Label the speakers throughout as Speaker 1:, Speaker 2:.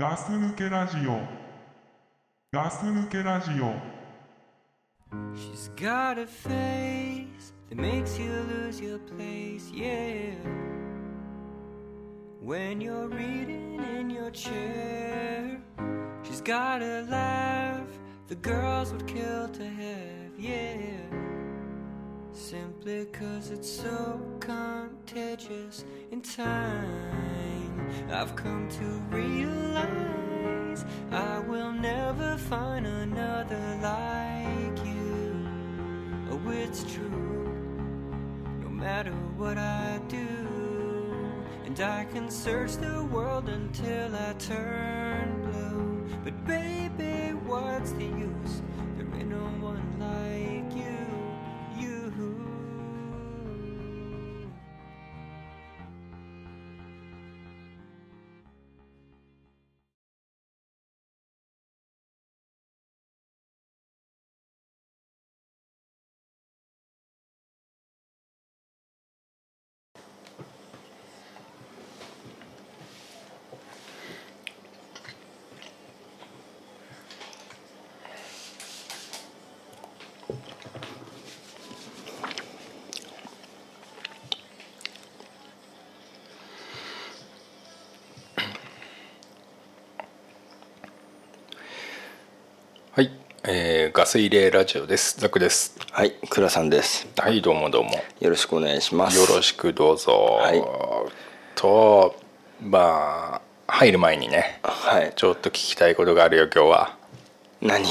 Speaker 1: ガス抜けラジオガス抜けラジオ
Speaker 2: She's got a face that makes you lose your place, yeah. When you're reading in your chair, she's got a laugh the girls would kill to have, yeah. Simply cause it's so contagious in time. I've come to realize I will never find another like you. Oh, it's true. No matter what I do, and I can search the world until I turn blue. But baby, what's the use? There ain't no one like you. You.
Speaker 3: はい、えーガス入れラジオです。ザクです。
Speaker 4: はい、くらさんです。
Speaker 3: はい、どうもどうも。よ
Speaker 4: よろしくお願いします。
Speaker 3: ろしくどうぞ。
Speaker 4: はい
Speaker 3: と、まあ入る前にね、
Speaker 4: はい、
Speaker 3: ちょっと聞きたいことがあるよ今日は。
Speaker 4: 何、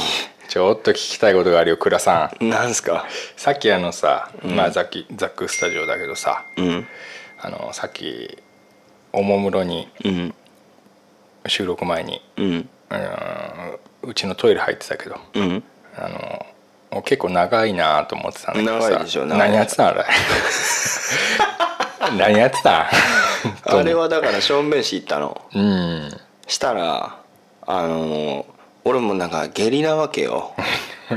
Speaker 3: ちょっと聞きたいことがあるよ倉さん。
Speaker 4: なんすか。
Speaker 3: さっきあのさ、まあザキザックスタジオだけどさ、
Speaker 4: うん、
Speaker 3: あのさっきおもむろに
Speaker 4: うん、
Speaker 3: 収録前に、
Speaker 4: うん、
Speaker 3: うーんうちのトイレ入ってたけど、
Speaker 4: うん。
Speaker 3: あの。もう結構長いなと思ってたんだけどさ
Speaker 4: 長いでしょ長い
Speaker 3: 何やってたんあ れ何やってた
Speaker 4: あれはだから正面師行ったの。
Speaker 3: うん
Speaker 4: したら、あのー俺もなんか下痢なわ けよ。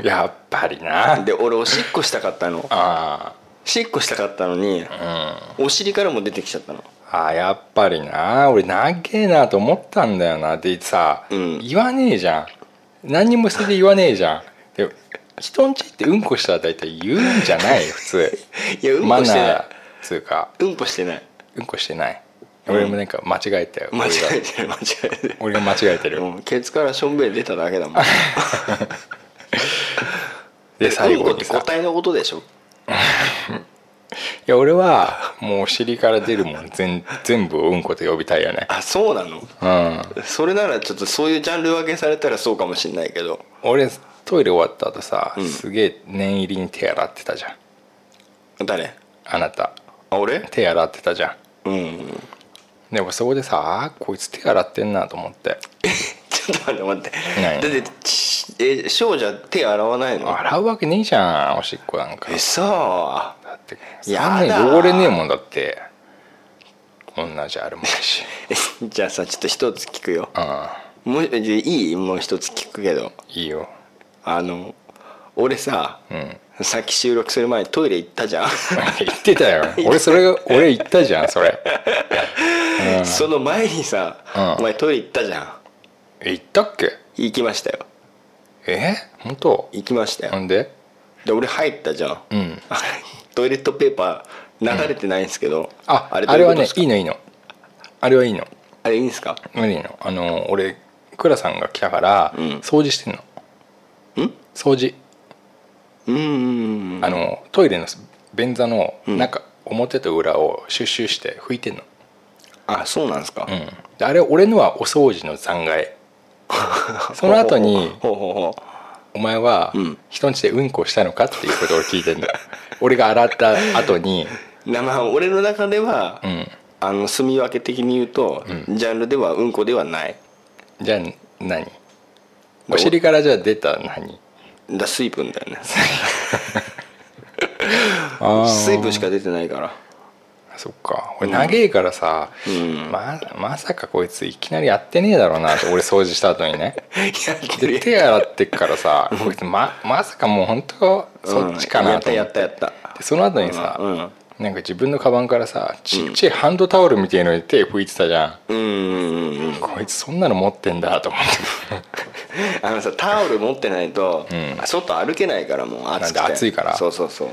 Speaker 3: やっぱりな
Speaker 4: で、俺おしっこしたかったの。
Speaker 3: あ
Speaker 4: しっこしたかったのに、お尻からも出てきちゃったの。
Speaker 3: あやっぱりな俺長えなと思ったんだよなでさ、
Speaker 4: うん
Speaker 3: 言わねえじゃん何にも捨てて言わねえじゃんで人んちってうんこしたら大体言うんじゃない普通
Speaker 4: いや、うん
Speaker 3: マ
Speaker 4: こ
Speaker 3: ナ
Speaker 4: してな
Speaker 3: ー
Speaker 4: い。
Speaker 3: つうか
Speaker 4: うんこしてない。
Speaker 3: うんこしてない
Speaker 4: うん
Speaker 3: 俺もなんか間違えたよ、
Speaker 4: 間違えてる、間違えてる。
Speaker 3: 俺が間違えてる、
Speaker 4: うん、ケツからしょんべん出ただけだもん。
Speaker 3: で最
Speaker 4: うん
Speaker 3: 後
Speaker 4: こっ
Speaker 3: に
Speaker 4: て
Speaker 3: さ
Speaker 4: 個体のことでしょ。
Speaker 3: いや俺はもうお尻から出るもん全 全部をうんこと呼びたいよね
Speaker 4: あ、そうなの。
Speaker 3: うん
Speaker 4: それならちょっとそういうジャンル分けされたらそうかもしれないけど
Speaker 3: 俺トイレ終わった後さ、
Speaker 4: うん
Speaker 3: すげえ念入りに手洗ってたじゃん
Speaker 4: 誰
Speaker 3: あなた
Speaker 4: あ俺
Speaker 3: 手洗ってたじゃ
Speaker 4: うん
Speaker 3: んでもそこでさあーこいつ手洗ってんなと思って
Speaker 4: ちょっと待って待って
Speaker 3: 何
Speaker 4: だってちえ少女は手洗わないの
Speaker 3: 洗うわけねえじゃんおしっこなんか
Speaker 4: えさ
Speaker 3: だって
Speaker 4: や
Speaker 3: そんな
Speaker 4: だ
Speaker 3: に汚れねえもんだって女じゃあるまいし
Speaker 4: じゃあさちょっと一つ聞くよ
Speaker 3: うん
Speaker 4: もうえいいもう一つ聞くけど
Speaker 3: いいよ
Speaker 4: あの俺さ、
Speaker 3: うん
Speaker 4: さっき収録する前にトイレ行ったじゃん
Speaker 3: 言ってた よ俺それが俺言ったじゃんそれ
Speaker 4: その前にさ、
Speaker 3: うん
Speaker 4: お前トイレ行ったじゃん
Speaker 3: え言ったっけ
Speaker 4: 行きましたよ
Speaker 3: え本当
Speaker 4: 行きましたよ、
Speaker 3: なんで
Speaker 4: で俺入ったじゃん、
Speaker 3: うん
Speaker 4: あれ トイレットペーパー流れてないんですけど、
Speaker 3: ああれ
Speaker 4: どういう
Speaker 3: は
Speaker 4: ことで
Speaker 3: ね
Speaker 4: すか
Speaker 3: いいのいいのあれはいいの
Speaker 4: あれいいんですか
Speaker 3: 無理のあの俺倉さんが来たから
Speaker 4: うん
Speaker 3: 掃除してんの、
Speaker 4: ん
Speaker 3: 掃除
Speaker 4: うんうんうん
Speaker 3: あのトイレの便座の中、表と裏をシュッシュッして拭いてんの、
Speaker 4: あそうなんですか、
Speaker 3: うん、であれ俺のはお掃除の残 骸その後に
Speaker 4: ほうほうほ
Speaker 3: お前は
Speaker 4: うん
Speaker 3: 人んちでうんこしたのかっていうことを聞いて んだ俺が洗った後に
Speaker 4: うなまあ俺の中では、
Speaker 3: うん
Speaker 4: あの住み分け的に言うと、ジャンルではうんこではない
Speaker 3: じゃあ何お尻からじゃあ出た何
Speaker 4: だ水分だよね
Speaker 3: あー
Speaker 4: 水分しか出てないから
Speaker 3: そっか俺長えからさ、
Speaker 4: うん
Speaker 3: ままさかこいついきなりやってねえだろうなって俺掃除した後に ね
Speaker 4: やってる
Speaker 3: で手洗ってっからさこいつままさかもう本当そっちか
Speaker 4: うんや
Speaker 3: な
Speaker 4: っ
Speaker 3: と
Speaker 4: た
Speaker 3: 思
Speaker 4: や
Speaker 3: っ
Speaker 4: った
Speaker 3: て、
Speaker 4: やった
Speaker 3: でその後にさ、
Speaker 4: うん
Speaker 3: なんか自分のカバンからさちっちゃいハンドタオルみたいのに手拭いてたじゃん、
Speaker 4: うんうんうんうん
Speaker 3: こいつそんなの持ってんだと思って
Speaker 4: あのさタオル持ってないと、
Speaker 3: うん
Speaker 4: 外歩けないからもう暑くて
Speaker 3: なんで暑いから
Speaker 4: そうそうそう、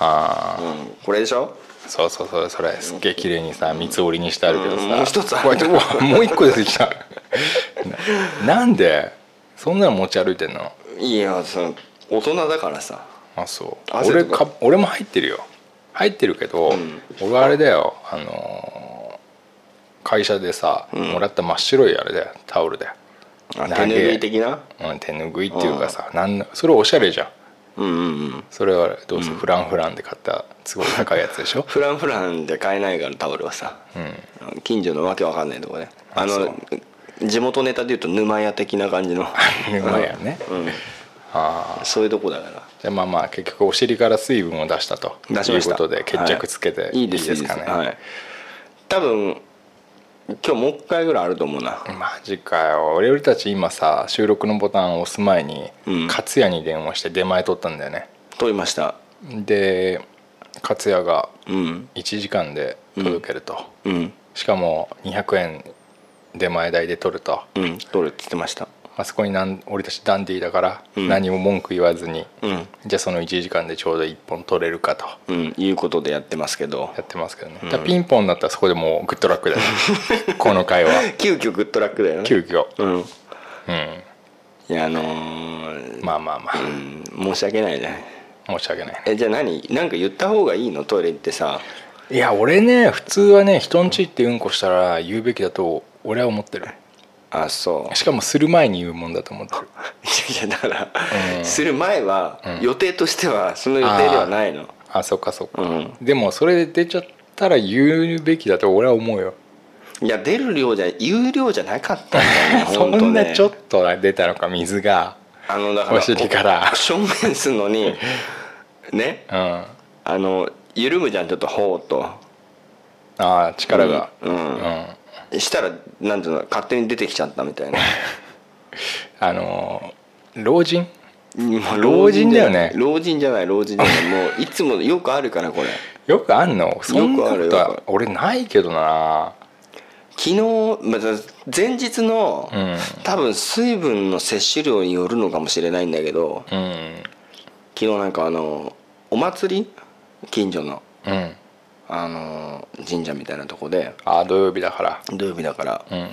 Speaker 3: あ
Speaker 4: う
Speaker 3: あ、
Speaker 4: ん、これでしょ
Speaker 3: そうそうそうそれすっげえ綺麗にさ三つ折りにしてあるけどさ、
Speaker 4: うんもう一つある
Speaker 3: こうやってうわもう一個出てきたななんでそんなの持ち歩いてんの
Speaker 4: いやその大人だからさ
Speaker 3: あそう
Speaker 4: 汗
Speaker 3: 俺
Speaker 4: とか
Speaker 3: か俺も入ってるよ入ってるけど、
Speaker 4: うん
Speaker 3: 俺あれだよあのー会社でさ、
Speaker 4: ん
Speaker 3: もらった真っ白いあれだよタオルだよ
Speaker 4: あ手
Speaker 3: 長え
Speaker 4: 拭い的な
Speaker 3: うん、手ぬぐいっていうかさ、なんなそれおしゃれじゃん
Speaker 4: うんうんうん
Speaker 3: それはどうせフランフランで買ったすごい高いやつでし ょ
Speaker 4: フランフランで買えないからタオルはさ、近所のわけわかんないとこで
Speaker 3: あ
Speaker 4: あ
Speaker 3: そ
Speaker 4: の地元ネタで言うと沼屋的な感じの
Speaker 3: 沼屋ね
Speaker 4: うん
Speaker 3: ああ
Speaker 4: そういうとこだから
Speaker 3: じゃあまあまあ結局お尻から水分を出したと
Speaker 4: 出しました
Speaker 3: いうことで決着つけて、
Speaker 4: はいいいです
Speaker 3: かね
Speaker 4: いいですはい、多分今日もう一回ぐらいあると思うな
Speaker 3: マジかよ俺たち今さ収録のボタンを押す前に、
Speaker 4: うん
Speaker 3: 勝也に電話して出前取ったんだよね
Speaker 4: 撮りました
Speaker 3: で勝也が
Speaker 4: うん
Speaker 3: 1時間で届けると、
Speaker 4: うん
Speaker 3: しかも200円出前代で取ると、
Speaker 4: うん撮るって言ってました
Speaker 3: まあ、そこになん俺たちダンディーだから
Speaker 4: うん
Speaker 3: 何も文句言わずに、
Speaker 4: うん
Speaker 3: じゃあその1時間でちょうど1本取れるかと
Speaker 4: うんいうことでやってますけど
Speaker 3: やってますけどね、だからピンポンだったらそこでもうグッドラックだよ ねこの回は
Speaker 4: 急遽グッドラックだよね
Speaker 3: 急遽
Speaker 4: うん
Speaker 3: うん
Speaker 4: いやあのー
Speaker 3: まあまあま
Speaker 4: う
Speaker 3: あ
Speaker 4: ん申し訳ないね
Speaker 3: 申し訳ないね
Speaker 4: えじゃあ何なんか言った方がいいのトイレ行ってさ
Speaker 3: いや俺ね普通はね人んち行ってうんこしたら言うべきだと俺は思ってる
Speaker 4: あそう
Speaker 3: しかもする前に言うもんだと思ってる
Speaker 4: いやいやだから、
Speaker 3: うん
Speaker 4: する前は、
Speaker 3: うん
Speaker 4: 予定としてはその予定ではないの
Speaker 3: あそっかそっか、
Speaker 4: う
Speaker 3: でもそれで出ちゃったら言うべきだと俺は思うよ
Speaker 4: いや出る量じゃ有料じゃなかったんだよね
Speaker 3: そ
Speaker 4: 本当
Speaker 3: んな
Speaker 4: ね
Speaker 3: ちょっと出たのか水が
Speaker 4: あのだから
Speaker 3: お尻から
Speaker 4: お正面すん のにね
Speaker 3: うんあ
Speaker 4: あの緩むじゃんちょっと頬と
Speaker 3: あ力が
Speaker 4: うん
Speaker 3: う
Speaker 4: うん
Speaker 3: ん
Speaker 4: したらなんていうの勝手に出てきちゃったみたいな
Speaker 3: あのー老人
Speaker 4: も う
Speaker 3: 老人だよね
Speaker 4: 老人じゃない老人じゃないもういつもよくあるからこれ
Speaker 3: よくあんのそんな
Speaker 4: よくある
Speaker 3: こ
Speaker 4: よ
Speaker 3: と
Speaker 4: くある
Speaker 3: は俺ないけどな
Speaker 4: 昨日また前日の、
Speaker 3: うん
Speaker 4: 多分水分の摂取量によるのかもしれないんだけど
Speaker 3: うん
Speaker 4: 昨日なんかあのお祭り近所の
Speaker 3: うん
Speaker 4: あの神社みたいなとこで
Speaker 3: ああ土曜日だから
Speaker 4: 土曜日だから
Speaker 3: うん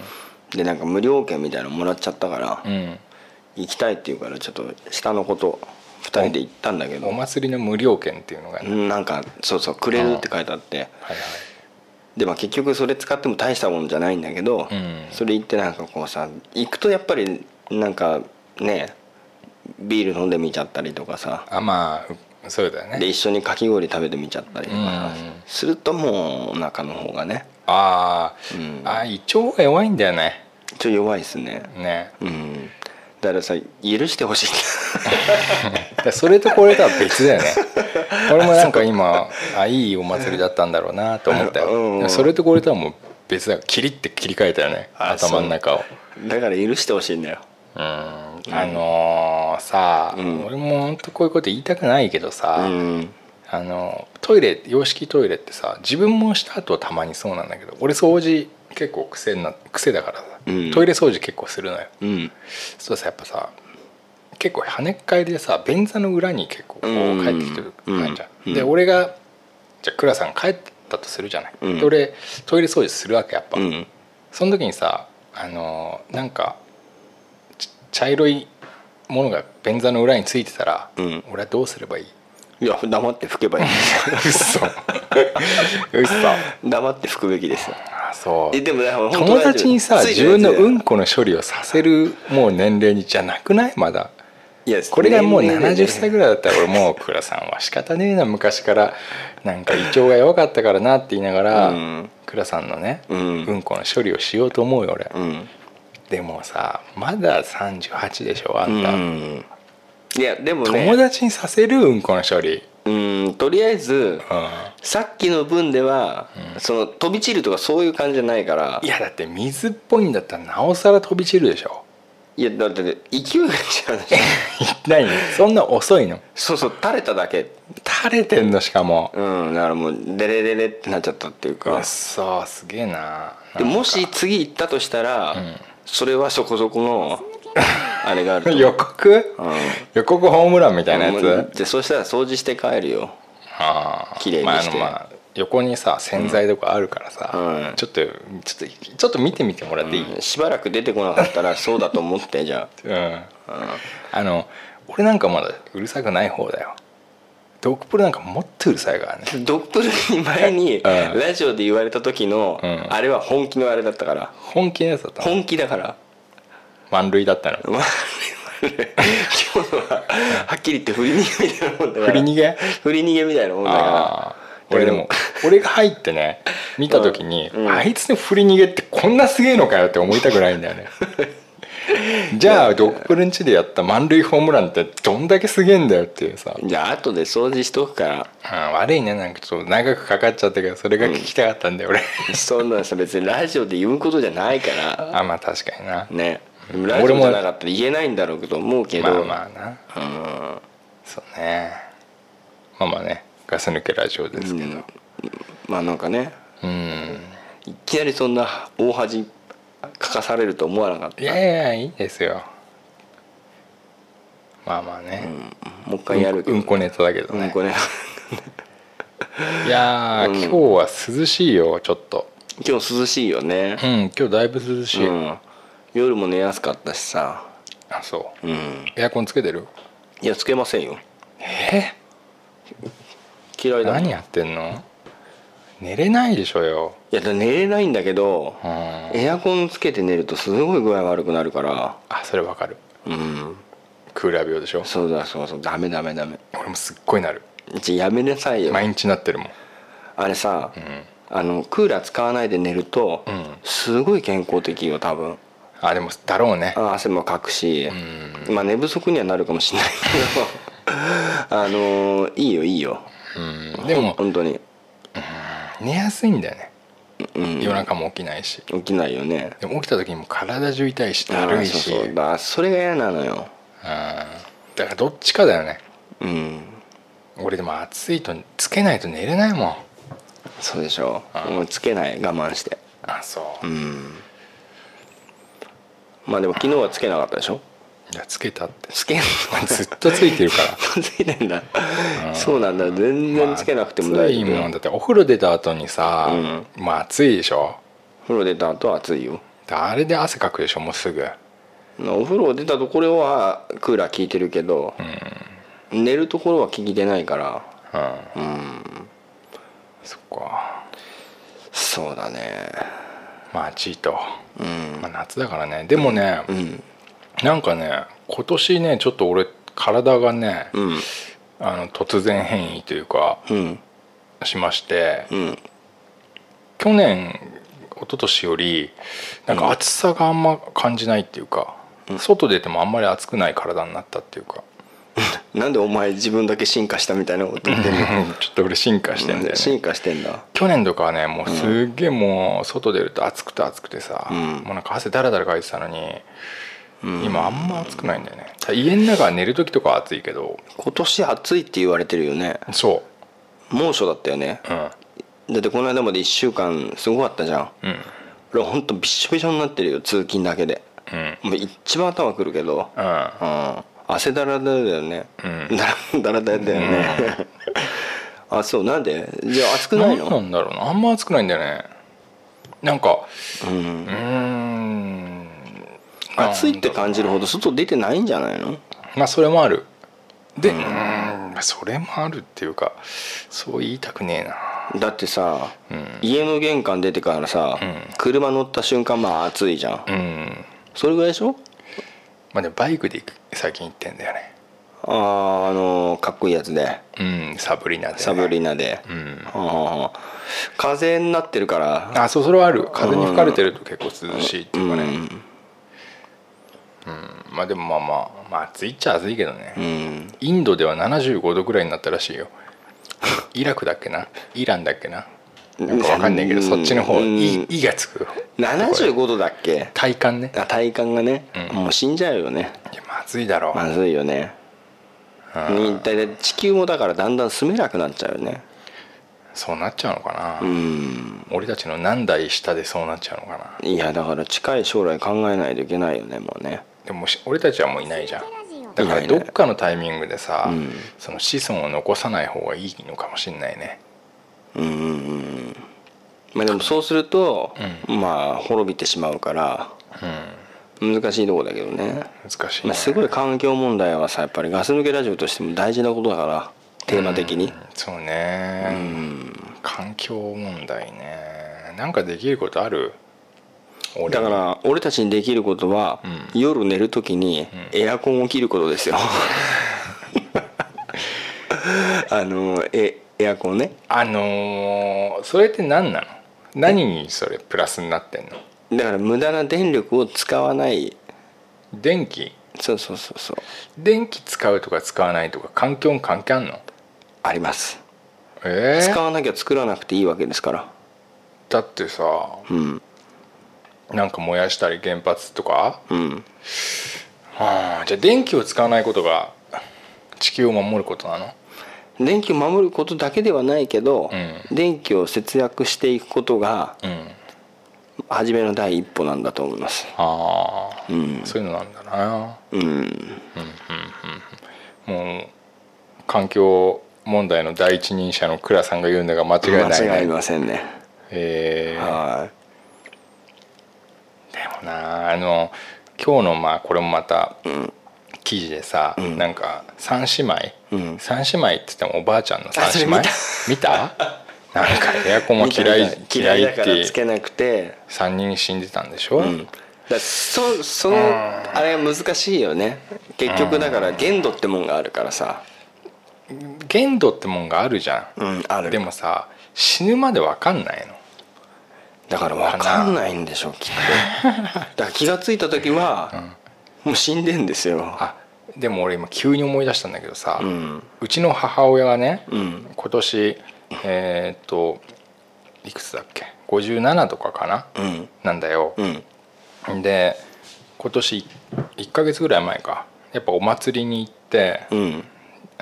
Speaker 4: でなんか無料券みたいなのもらっちゃったから、
Speaker 3: うん
Speaker 4: 行きたいっていうからちょっと下の子と2人で行ったんだけど
Speaker 3: お祭りの無料券っていうのがね、
Speaker 4: うんなんかそうそうくれるって書いてあって
Speaker 3: はいはい
Speaker 4: でまあ結局それ使っても大したもんじゃないんだけど、
Speaker 3: うん
Speaker 4: それ行ってなんかこうさ行くとやっぱりなんかねビール飲んでみちゃったりとかさ
Speaker 3: あまあうそうだよ
Speaker 4: で
Speaker 3: ね
Speaker 4: 一緒にかき氷食べてみちゃったりとか
Speaker 3: うん
Speaker 4: するともうお腹の方がね
Speaker 3: あー、
Speaker 4: うん
Speaker 3: あ胃腸が弱いんだよね
Speaker 4: ちょっと弱いですね
Speaker 3: ね
Speaker 4: うんだからさ許してほしい
Speaker 3: でそれとこれとは別 だよね俺もなんか今あいいお祭りだったんだろうなと思った
Speaker 4: うん
Speaker 3: よでもそれとこれとはもう別だよキリって切り替えたよね
Speaker 4: あそう
Speaker 3: 頭の中を
Speaker 4: だから許してほしいんだよ
Speaker 3: うんあのーさあ、
Speaker 4: うん
Speaker 3: 俺も本当こういうこと言いたくないけどさ、
Speaker 4: うん
Speaker 3: あのトイレ洋式トイレってさ自分もした後はたまにそうなんだけど俺掃除結構癖にな癖だからさ、
Speaker 4: うん
Speaker 3: トイレ掃除結構するのよ
Speaker 4: うん
Speaker 3: そうさやっぱさ結構跳ねっ返りでさ便座の裏に結構こ
Speaker 4: う
Speaker 3: うん帰ってきてる感じじゃん、
Speaker 4: うん
Speaker 3: で
Speaker 4: うん
Speaker 3: 俺がじゃあ倉さん帰ったとするじゃない、
Speaker 4: うん
Speaker 3: で俺トイレ掃除するわけやっぱ、
Speaker 4: うん
Speaker 3: その時にさあのーなんかち茶色いものが便座の裏についてたら、
Speaker 4: うん
Speaker 3: 俺はどうすればいい
Speaker 4: いや黙って拭けばいいんですよ
Speaker 3: 嘘嘘
Speaker 4: 黙って拭くべきですよ
Speaker 3: あそう
Speaker 4: えでもね本当
Speaker 3: 友達にさ
Speaker 4: 大丈
Speaker 3: 自
Speaker 4: 夫
Speaker 3: 分の
Speaker 4: ついてるやつだよ
Speaker 3: うんこの処理をさせるもう年齢にじゃなくないまだ
Speaker 4: いや
Speaker 3: これがもう
Speaker 4: 年齢で
Speaker 3: 70歳ぐらいだったら俺もう倉さんは仕方ねえな昔からなんか胃腸が弱かったからなって言いながら
Speaker 4: うん
Speaker 3: 倉さんのねう
Speaker 4: うん
Speaker 3: んこの処理をしようと思うよ俺
Speaker 4: うん
Speaker 3: でもさまだ38でしょあ
Speaker 4: うん
Speaker 3: た
Speaker 4: んいやでもね
Speaker 3: 友達にさせるうんこの処理
Speaker 4: うんとりあえず
Speaker 3: うん
Speaker 4: さっきの分では、その飛び散るとかそういう感じじゃないから
Speaker 3: いやだって水っぽいんだったらなおさら飛び散るでしょ
Speaker 4: いやだって勢いが違うじゃん
Speaker 3: 何そんな遅いの
Speaker 4: そうそう垂れただけ
Speaker 3: 垂れてんのしかも
Speaker 4: うんだからもうデレデレってなっちゃったっていう
Speaker 3: う
Speaker 4: か
Speaker 3: っそうすげえな
Speaker 4: でもし次行ったとしたら、それはそこそこ のあれがあると思う
Speaker 3: 予告
Speaker 4: うん
Speaker 3: 予告ホームランみたいなや
Speaker 4: もう
Speaker 3: つ
Speaker 4: じゃあそうしたら掃除して帰るよ
Speaker 3: ああ
Speaker 4: 綺麗にして
Speaker 3: まああのまあ横にさ洗剤とかあるからさ、
Speaker 4: うん
Speaker 3: ちょっとちょっとちょっと見てみてもらっていい、
Speaker 4: しばらく出てこなかったらそうだと思ってじゃ
Speaker 3: うんあの俺なんかまだうるさくない方だよドクプルなんかもっとうるさいからね
Speaker 4: あドップルに前に
Speaker 3: うん
Speaker 4: ラジオで言われた時の、
Speaker 3: うん
Speaker 4: あれは本気のあれだったから
Speaker 3: 本気のやつだったの
Speaker 4: 本気だから
Speaker 3: 満塁だったの
Speaker 4: まあ今日のははっきり言って振り逃げみたいなもんだから
Speaker 3: 振り逃げ
Speaker 4: 振り逃げみたいなもんだ
Speaker 3: あ
Speaker 4: か
Speaker 3: あ俺でも俺が入ってね見た時に、あいつの振り逃げってこんなすげえのかよって思いたくないんだ よねじゃあドップルンチでやった満塁ホームランってどんだけすげえんだよっていうさ、
Speaker 4: らじゃあ後で掃除しとくから
Speaker 3: うん悪いねなんかちょっと長くかかっちゃったけどそれが聞きたかったんだよ、俺
Speaker 4: そんなんさ別にラジオで言うことじゃないから
Speaker 3: あまあ確かにな、
Speaker 4: ねで
Speaker 3: ん
Speaker 4: もラジオじゃなかったら言えないんだろうけど思うけど
Speaker 3: まあまあなそうねまあまあねガス抜けラジオですけどうん、
Speaker 4: まあなんかねいきなりそんな大恥かかされると思わなかった
Speaker 3: いやいやいいですよまあまあね、
Speaker 4: もう一回やるけ
Speaker 3: う
Speaker 4: ど
Speaker 3: んうんこネタだけど
Speaker 4: うん
Speaker 3: ね、
Speaker 4: こね
Speaker 3: いやー、今日は涼しいよちょっと
Speaker 4: 今日涼しいよね
Speaker 3: うん今日だいぶ涼しい、
Speaker 4: うん夜も寝やすかったしさ
Speaker 3: あそう
Speaker 4: うん
Speaker 3: エアコンつけてる
Speaker 4: いやつけませんよ
Speaker 3: え
Speaker 4: 嫌いだもん
Speaker 3: 何
Speaker 4: い
Speaker 3: やってんの寝れないでしょよ
Speaker 4: やだ寝れないんだけど
Speaker 3: うんあ
Speaker 4: エアコンつけて寝るとすごい具合悪くなるから
Speaker 3: それわかる
Speaker 4: うん
Speaker 3: クーラー病でしょ
Speaker 4: そうだそうそうダメダメダメ
Speaker 3: 俺もすっごいなる
Speaker 4: じゃあやめなさいよ
Speaker 3: 毎日なってるもん
Speaker 4: あれさ、
Speaker 3: ん
Speaker 4: あのクーラー使わないで寝ると、
Speaker 3: うん
Speaker 4: すごい健康的よ多分
Speaker 3: あでもだろうね
Speaker 4: あ汗もかくし、
Speaker 3: う
Speaker 4: まあ寝不足にはなるかもしれないけど あのーいいよいいよ
Speaker 3: うんでも
Speaker 4: 本当に
Speaker 3: 寝やすいんだよね
Speaker 4: うん
Speaker 3: 夜中も起きないし
Speaker 4: 起きないよね
Speaker 3: でも起きた時にもう体中痛いしだるいし
Speaker 4: あーそうそうだそれが嫌なのよ
Speaker 3: うんだからどっちかだよね
Speaker 4: うん
Speaker 3: 俺でも暑いとつけないと寝れないもん
Speaker 4: そうでしょ
Speaker 3: あー
Speaker 4: もうつけない我慢して
Speaker 3: あそう、
Speaker 4: う
Speaker 3: い
Speaker 4: んまあでも昨日はつけなかったでしょ
Speaker 3: やつけたって
Speaker 4: つけんの
Speaker 3: ずっとついてるから
Speaker 4: ついてんだそうなんだ全
Speaker 3: ま
Speaker 4: 然
Speaker 3: あ
Speaker 4: つけなくても大丈
Speaker 3: 暑いもん
Speaker 4: 夫
Speaker 3: だってお風呂出た後にさ、
Speaker 4: う
Speaker 3: まあ暑いでしょ
Speaker 4: 風呂出た後は暑いよ
Speaker 3: であれで汗かくでしょもうすぐ
Speaker 4: お風呂出たところはクーラー効いてるけど、寝るところは効いてないから
Speaker 3: うん、そっか
Speaker 4: そうだね
Speaker 3: まあ暑いと、まあ、夏だからねでもね、
Speaker 4: ん
Speaker 3: なんかね今年ねちょっと俺体がね、
Speaker 4: うん
Speaker 3: あの突然変異というか
Speaker 4: うん
Speaker 3: しまして、
Speaker 4: うん
Speaker 3: 去年一昨年よりなんか暑さがあんま感じないっていうか、外出てもあんまり暑くない体になったっていうか、
Speaker 4: なんでお前自分だけ進化したみたいなこと言ってんの
Speaker 3: ちょっと俺進化してんだよね
Speaker 4: 進化してんだ
Speaker 3: 去年とかはねもうすっげえもう外出ると暑くて暑くてさ、
Speaker 4: ん
Speaker 3: もうなんか汗だらだらかいてたのに、今あんま暑くないんだよねただ家の中は寝る時とかは暑いけど
Speaker 4: 今年暑いって言われてるよね
Speaker 3: そ
Speaker 4: 猛暑だったよね
Speaker 3: ううん
Speaker 4: だってこの間まで1週間すごかったじゃん
Speaker 3: うん
Speaker 4: 俺ほんとびっしょびしょになってるよ通勤だけで
Speaker 3: うん
Speaker 4: もう一番頭くるけど
Speaker 3: うん
Speaker 4: うん汗だらだらだよね、
Speaker 3: うん
Speaker 4: だらだらだよね、あそうなんでじゃあ暑くない
Speaker 3: 何な
Speaker 4: の
Speaker 3: んだろうなあんま暑くないんだよねなんか
Speaker 4: うん
Speaker 3: うーん
Speaker 4: 暑いって感じるほど外出てないんじゃないの
Speaker 3: まあそれもあるでうーんそれもあるっていうかそう言いたくね
Speaker 4: だってさ、
Speaker 3: えな
Speaker 4: 家の玄関出てからさ、
Speaker 3: うん
Speaker 4: 車乗った瞬間まあ暑いじゃん、
Speaker 3: うんうん
Speaker 4: それぐらいでしょ
Speaker 3: まあでもバイクで行く最近行ってんだよね
Speaker 4: あーあのかっこいいやつで
Speaker 3: うんサブリナで、ね、
Speaker 4: サブリナで、
Speaker 3: うん
Speaker 4: ああ風になってるから
Speaker 3: あそうそれはある風に吹かれてると結構涼しいっていうかねうんまあでもまあまあまあ暑いっちゃ暑いけどね、
Speaker 4: うん
Speaker 3: インドでは75度ぐらいになったらしいよイラクだっけなイランだっけななんかわかんないけど
Speaker 4: うん
Speaker 3: そっちの方
Speaker 4: うん
Speaker 3: い「い」がつく
Speaker 4: 75度だっけ
Speaker 3: 体感ね
Speaker 4: あ体感がね、
Speaker 3: うん
Speaker 4: もう死んじゃうよね
Speaker 3: いやまずいだろう、
Speaker 4: まずいよね
Speaker 3: うん
Speaker 4: に大体地球もだからだんだん住めなくなっちゃうよね
Speaker 3: そうなっちゃうのか
Speaker 4: う
Speaker 3: な、
Speaker 4: ん
Speaker 3: 俺たちの何代下でそうなっちゃうのかない
Speaker 4: やだから近い将来考えないといけないよねもうね
Speaker 3: でももし俺たちはもういないじゃんだからどっかのタイミングでさ、
Speaker 4: いないねうん
Speaker 3: その子孫を残さない方がいいのかもしんないね
Speaker 4: うんうんうんまあでもそうすると、まあ滅びてしまうから
Speaker 3: うん
Speaker 4: 難しいとこだけどね、
Speaker 3: 難しい、ね
Speaker 4: まあ、すごい環境問題はさやっぱりガス抜けラジオとしても大事なことだからテーマ的に
Speaker 3: そうね、環境問題ねなんかできることある俺
Speaker 4: だから俺たちにできることは、
Speaker 3: う
Speaker 4: 夜寝るときにエアコンを切ることで すよあのえエアコンね
Speaker 3: あのーそれって何なの何にそれプラスになってんの
Speaker 4: だから無駄な電力を使わない
Speaker 3: 電気
Speaker 4: そうそうそうそう
Speaker 3: 電気使うとか使わないとか環境に関係あんの
Speaker 4: あります
Speaker 3: えー、
Speaker 4: 使わなきゃ作らなくていいわけですから
Speaker 3: だってさ
Speaker 4: うん
Speaker 3: なんか燃やしたり原発とか
Speaker 4: うん
Speaker 3: はあじゃあ電気を使わないことが地球を守ることなの
Speaker 4: 電気を守ることだけではないけど、
Speaker 3: う
Speaker 4: 電気を節約していくことが
Speaker 3: うん
Speaker 4: 初めの第一歩なんだと思います
Speaker 3: ああ、
Speaker 4: うん
Speaker 3: そういうのなんだな
Speaker 4: うん
Speaker 3: もう環境問題の第一人者の倉さんが言うのが間違いないね
Speaker 4: 間違いませんね
Speaker 3: えー
Speaker 4: はい
Speaker 3: でもなあの今日のまあこれもまた
Speaker 4: ん
Speaker 3: 記事でさ、
Speaker 4: ん
Speaker 3: なんか三姉妹、
Speaker 4: うん
Speaker 3: 三姉妹って言ってもおばあちゃんの三姉妹
Speaker 4: あ
Speaker 3: 見 たなんかエアコンが嫌い
Speaker 4: 嫌
Speaker 3: 嫌
Speaker 4: い
Speaker 3: い
Speaker 4: だ
Speaker 3: っ
Speaker 4: からつ
Speaker 3: て
Speaker 4: けなくて、
Speaker 3: 3人死んでたんでしょ、
Speaker 4: うん、だそそのあれは難しいよね結局だから限度ってもんがあるからさ、
Speaker 3: 限度ってもんがあるじゃん、
Speaker 4: うん、ある
Speaker 3: でもさ死ぬまで分かんないの
Speaker 4: だから分かんないんでしょきっとだから気が付いた時は、もう死んでんですよ
Speaker 3: あでも俺今急に思い出したんだけどさ、う
Speaker 4: うん
Speaker 3: ちの母親がね、
Speaker 4: うん
Speaker 3: 今年えーっといくつだっけ57とかかな、
Speaker 4: うん
Speaker 3: なんだよ
Speaker 4: う、ん
Speaker 3: で今年1ヶ月ぐらい前かやっぱお祭りに行って、
Speaker 4: うん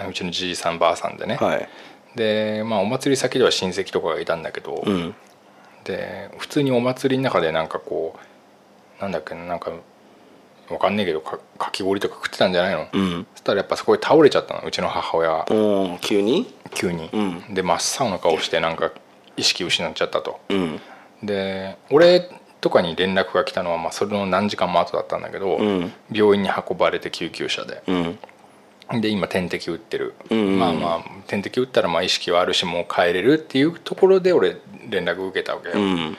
Speaker 3: うちのじいさんばあさんでね、
Speaker 4: はい
Speaker 3: でまあお祭り先では親戚とかがいたんだけど、
Speaker 4: うん
Speaker 3: で普通にお祭りの中でなんかこうなんだっけななんかわかんねえけどかかき氷とか食ってたんじゃないの、
Speaker 4: うん
Speaker 3: そしたらやっぱそこで倒れちゃったのうちの母親が
Speaker 4: おー急に
Speaker 3: 急に、
Speaker 4: うん
Speaker 3: で真っ青な顔してなんか意識失っちゃったと
Speaker 4: うん
Speaker 3: で俺とかに連絡が来たのはまあそれの何時間も後だったんだけど、
Speaker 4: うん
Speaker 3: 病院に運ばれて救急車で
Speaker 4: うん
Speaker 3: で今点滴打ってる、
Speaker 4: うんうん
Speaker 3: まあまあ点滴打ったらまあ意識はあるしもう帰れるっていうところで俺連絡受けたわけよ、
Speaker 4: うん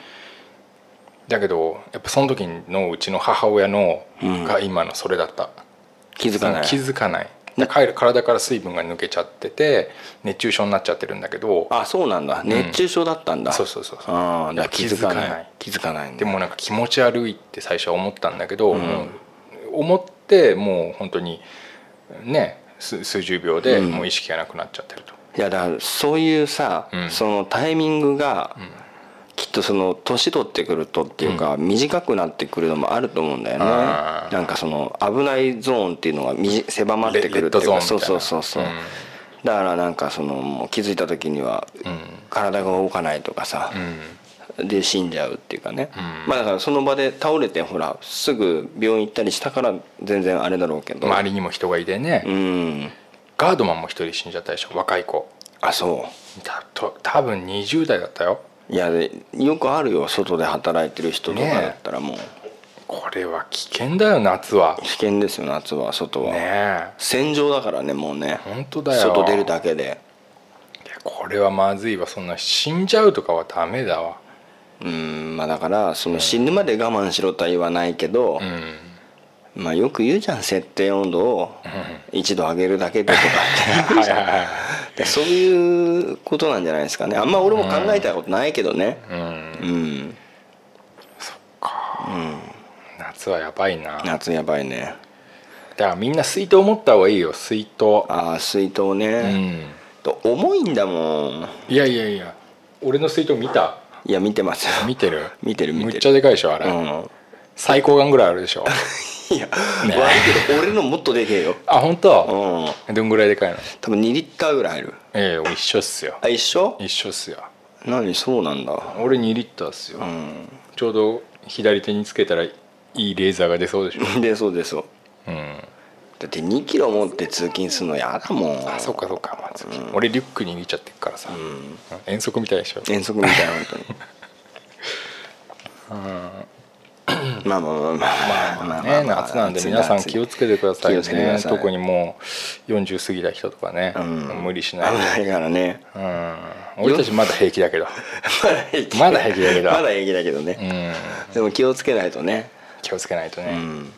Speaker 3: だけどやっぱその時のうちの母親の
Speaker 4: うん
Speaker 3: が今のそれだった、
Speaker 4: 気づかない
Speaker 3: 気づかないだから帰る体から水分が抜けちゃってて熱中症になっちゃってるんだけど
Speaker 4: あそうなんだ熱中症だったんだ、
Speaker 3: そうそうそうそう
Speaker 4: ああだから気づか
Speaker 3: 気づか
Speaker 4: な
Speaker 3: ない
Speaker 4: い気づかないんだ
Speaker 3: でもなんか気持ち悪いって最初は思ったんだけど、
Speaker 4: うん
Speaker 3: もう思ってもう本当にね数数十秒で
Speaker 4: うん
Speaker 3: もう意識がなくなっちゃってると、
Speaker 4: いやだからそういうさ、
Speaker 3: うん
Speaker 4: そのタイミングが、きっとその年取ってくるとっていうか、短くなってくるのもあると思うんだよね
Speaker 3: あー
Speaker 4: なんかその危ないゾーンっていうのがみじ狭まってくるって
Speaker 3: レレッド
Speaker 4: いう
Speaker 3: ゾーン
Speaker 4: か
Speaker 3: みたい
Speaker 4: そう
Speaker 3: な
Speaker 4: そうそうそう、
Speaker 3: うん
Speaker 4: だからなんかそのもう気づいた時には
Speaker 3: うん
Speaker 4: 体が動かないとかさ、で死んじゃうっていうかね、
Speaker 3: うん
Speaker 4: まあだからその場で倒れてほらすぐ病院行ったりしたから全然あれだろうけど
Speaker 3: 周りにも人がいてね、
Speaker 4: うん
Speaker 3: ガードマンも一人死んじゃったでしょ若い子
Speaker 4: あそ
Speaker 3: たと多分20代だったよ
Speaker 4: ういやでよくあるよ外で働いてる人とかだったらもう。
Speaker 3: これは危険だよ夏は
Speaker 4: 危険ですよ夏は外は、
Speaker 3: ねえ
Speaker 4: 戦場だからねもうね
Speaker 3: 本当だよ
Speaker 4: 外出るだけで
Speaker 3: いやこれはまずいわそんな死んじゃうとかはダメだわ
Speaker 4: うんまあだからその死ぬまで我慢しろとは言わないけど
Speaker 3: う、ん、
Speaker 4: まあよく言うじゃん設定温度を一度上げるだけでとか
Speaker 3: はいはいはい
Speaker 4: ってそういうことなんじゃないですかねあんま俺も考えたことないけどね
Speaker 3: うん
Speaker 4: うん、
Speaker 3: 夏はやばいなだか
Speaker 4: 夏やばいね
Speaker 3: らみんな水筒持った方がいいよ水筒
Speaker 4: ああ水筒
Speaker 3: う
Speaker 4: ね、
Speaker 3: ん
Speaker 4: と重いんだもん
Speaker 3: いやいやいや俺の水筒見た
Speaker 4: いや見てますよ
Speaker 3: 見てる
Speaker 4: 見てる見てる
Speaker 3: むっちゃでかいでしょあれ、
Speaker 4: うん
Speaker 3: 最高眼ぐらいあるで しょ
Speaker 4: いや、悪いけど俺のもっとでけえよ
Speaker 3: あ本
Speaker 4: う
Speaker 3: 当。
Speaker 4: ん
Speaker 3: どんぐらいでかいの
Speaker 4: 多分2リッターぐらい入る
Speaker 3: ええ一緒っすよ
Speaker 4: あ一緒
Speaker 3: 一緒っすよ
Speaker 4: 何そうなんだ
Speaker 3: 俺2リッターっすよ、
Speaker 4: う
Speaker 3: ちょうど左手につけたらいいレーザーが出そうでしょ、
Speaker 4: ん でそうでそう
Speaker 3: うん、
Speaker 4: だって2キロ持って通勤するのやだもん
Speaker 3: あそっかそっか、まあ次俺リュックに入れちゃってっからさ、遠足みたいでしょ
Speaker 4: 遠足みたいな本当にまあまあまあまあまあ
Speaker 3: ね、夏なんで皆さん気をつけてください
Speaker 4: 気
Speaker 3: ね
Speaker 4: をつけてください
Speaker 3: 特にもう40過ぎた人とかね、
Speaker 4: うん
Speaker 3: 無理し
Speaker 4: 危
Speaker 3: ないで
Speaker 4: ないからね
Speaker 3: うん、俺たちまだ平気だけど、まだ平気だけど
Speaker 4: まだ平気だけど
Speaker 3: う
Speaker 4: ね
Speaker 3: ん、
Speaker 4: でも気をつけないとね
Speaker 3: 気をつけないとね、
Speaker 4: うん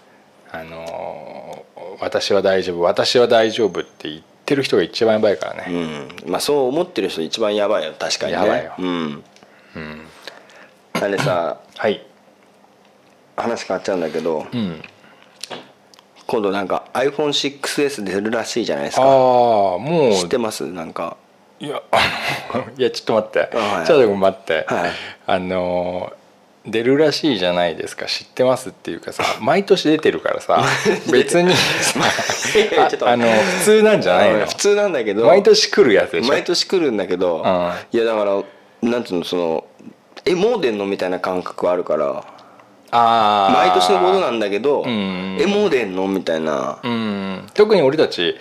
Speaker 3: あのー私は大丈夫私は大丈夫」って言ってる人が一番やばいから
Speaker 4: う
Speaker 3: ね、
Speaker 4: んまあそう思ってる人一番やばいよ確かにね
Speaker 3: やばいよ
Speaker 4: うんあれさ
Speaker 3: はい、
Speaker 4: 話変わっちゃうんだけど
Speaker 3: うん、
Speaker 4: 今度なんか iPhone6S 出るらしいじゃないです
Speaker 3: ああ
Speaker 4: か
Speaker 3: もう
Speaker 4: 知ってますなんか
Speaker 3: いや あのいやちょっと待って、
Speaker 4: あはい
Speaker 3: ちょっと待って、
Speaker 4: はい
Speaker 3: あのー出るらしいじゃないですか知ってますっていうかさ毎年出てるから さ別にさ
Speaker 4: いやちょっと
Speaker 3: ああの普通なんじゃないの
Speaker 4: 普通なんだけど
Speaker 3: 毎年来るやつでしょ
Speaker 4: 毎年来るんだけど、
Speaker 3: ん
Speaker 4: いやだからなんていうのそのえもう出んのみたいな感覚はあるから
Speaker 3: あー
Speaker 4: 毎年のことなんだけど、
Speaker 3: んうん
Speaker 4: えもう出んのみたいな
Speaker 3: うん特に俺たち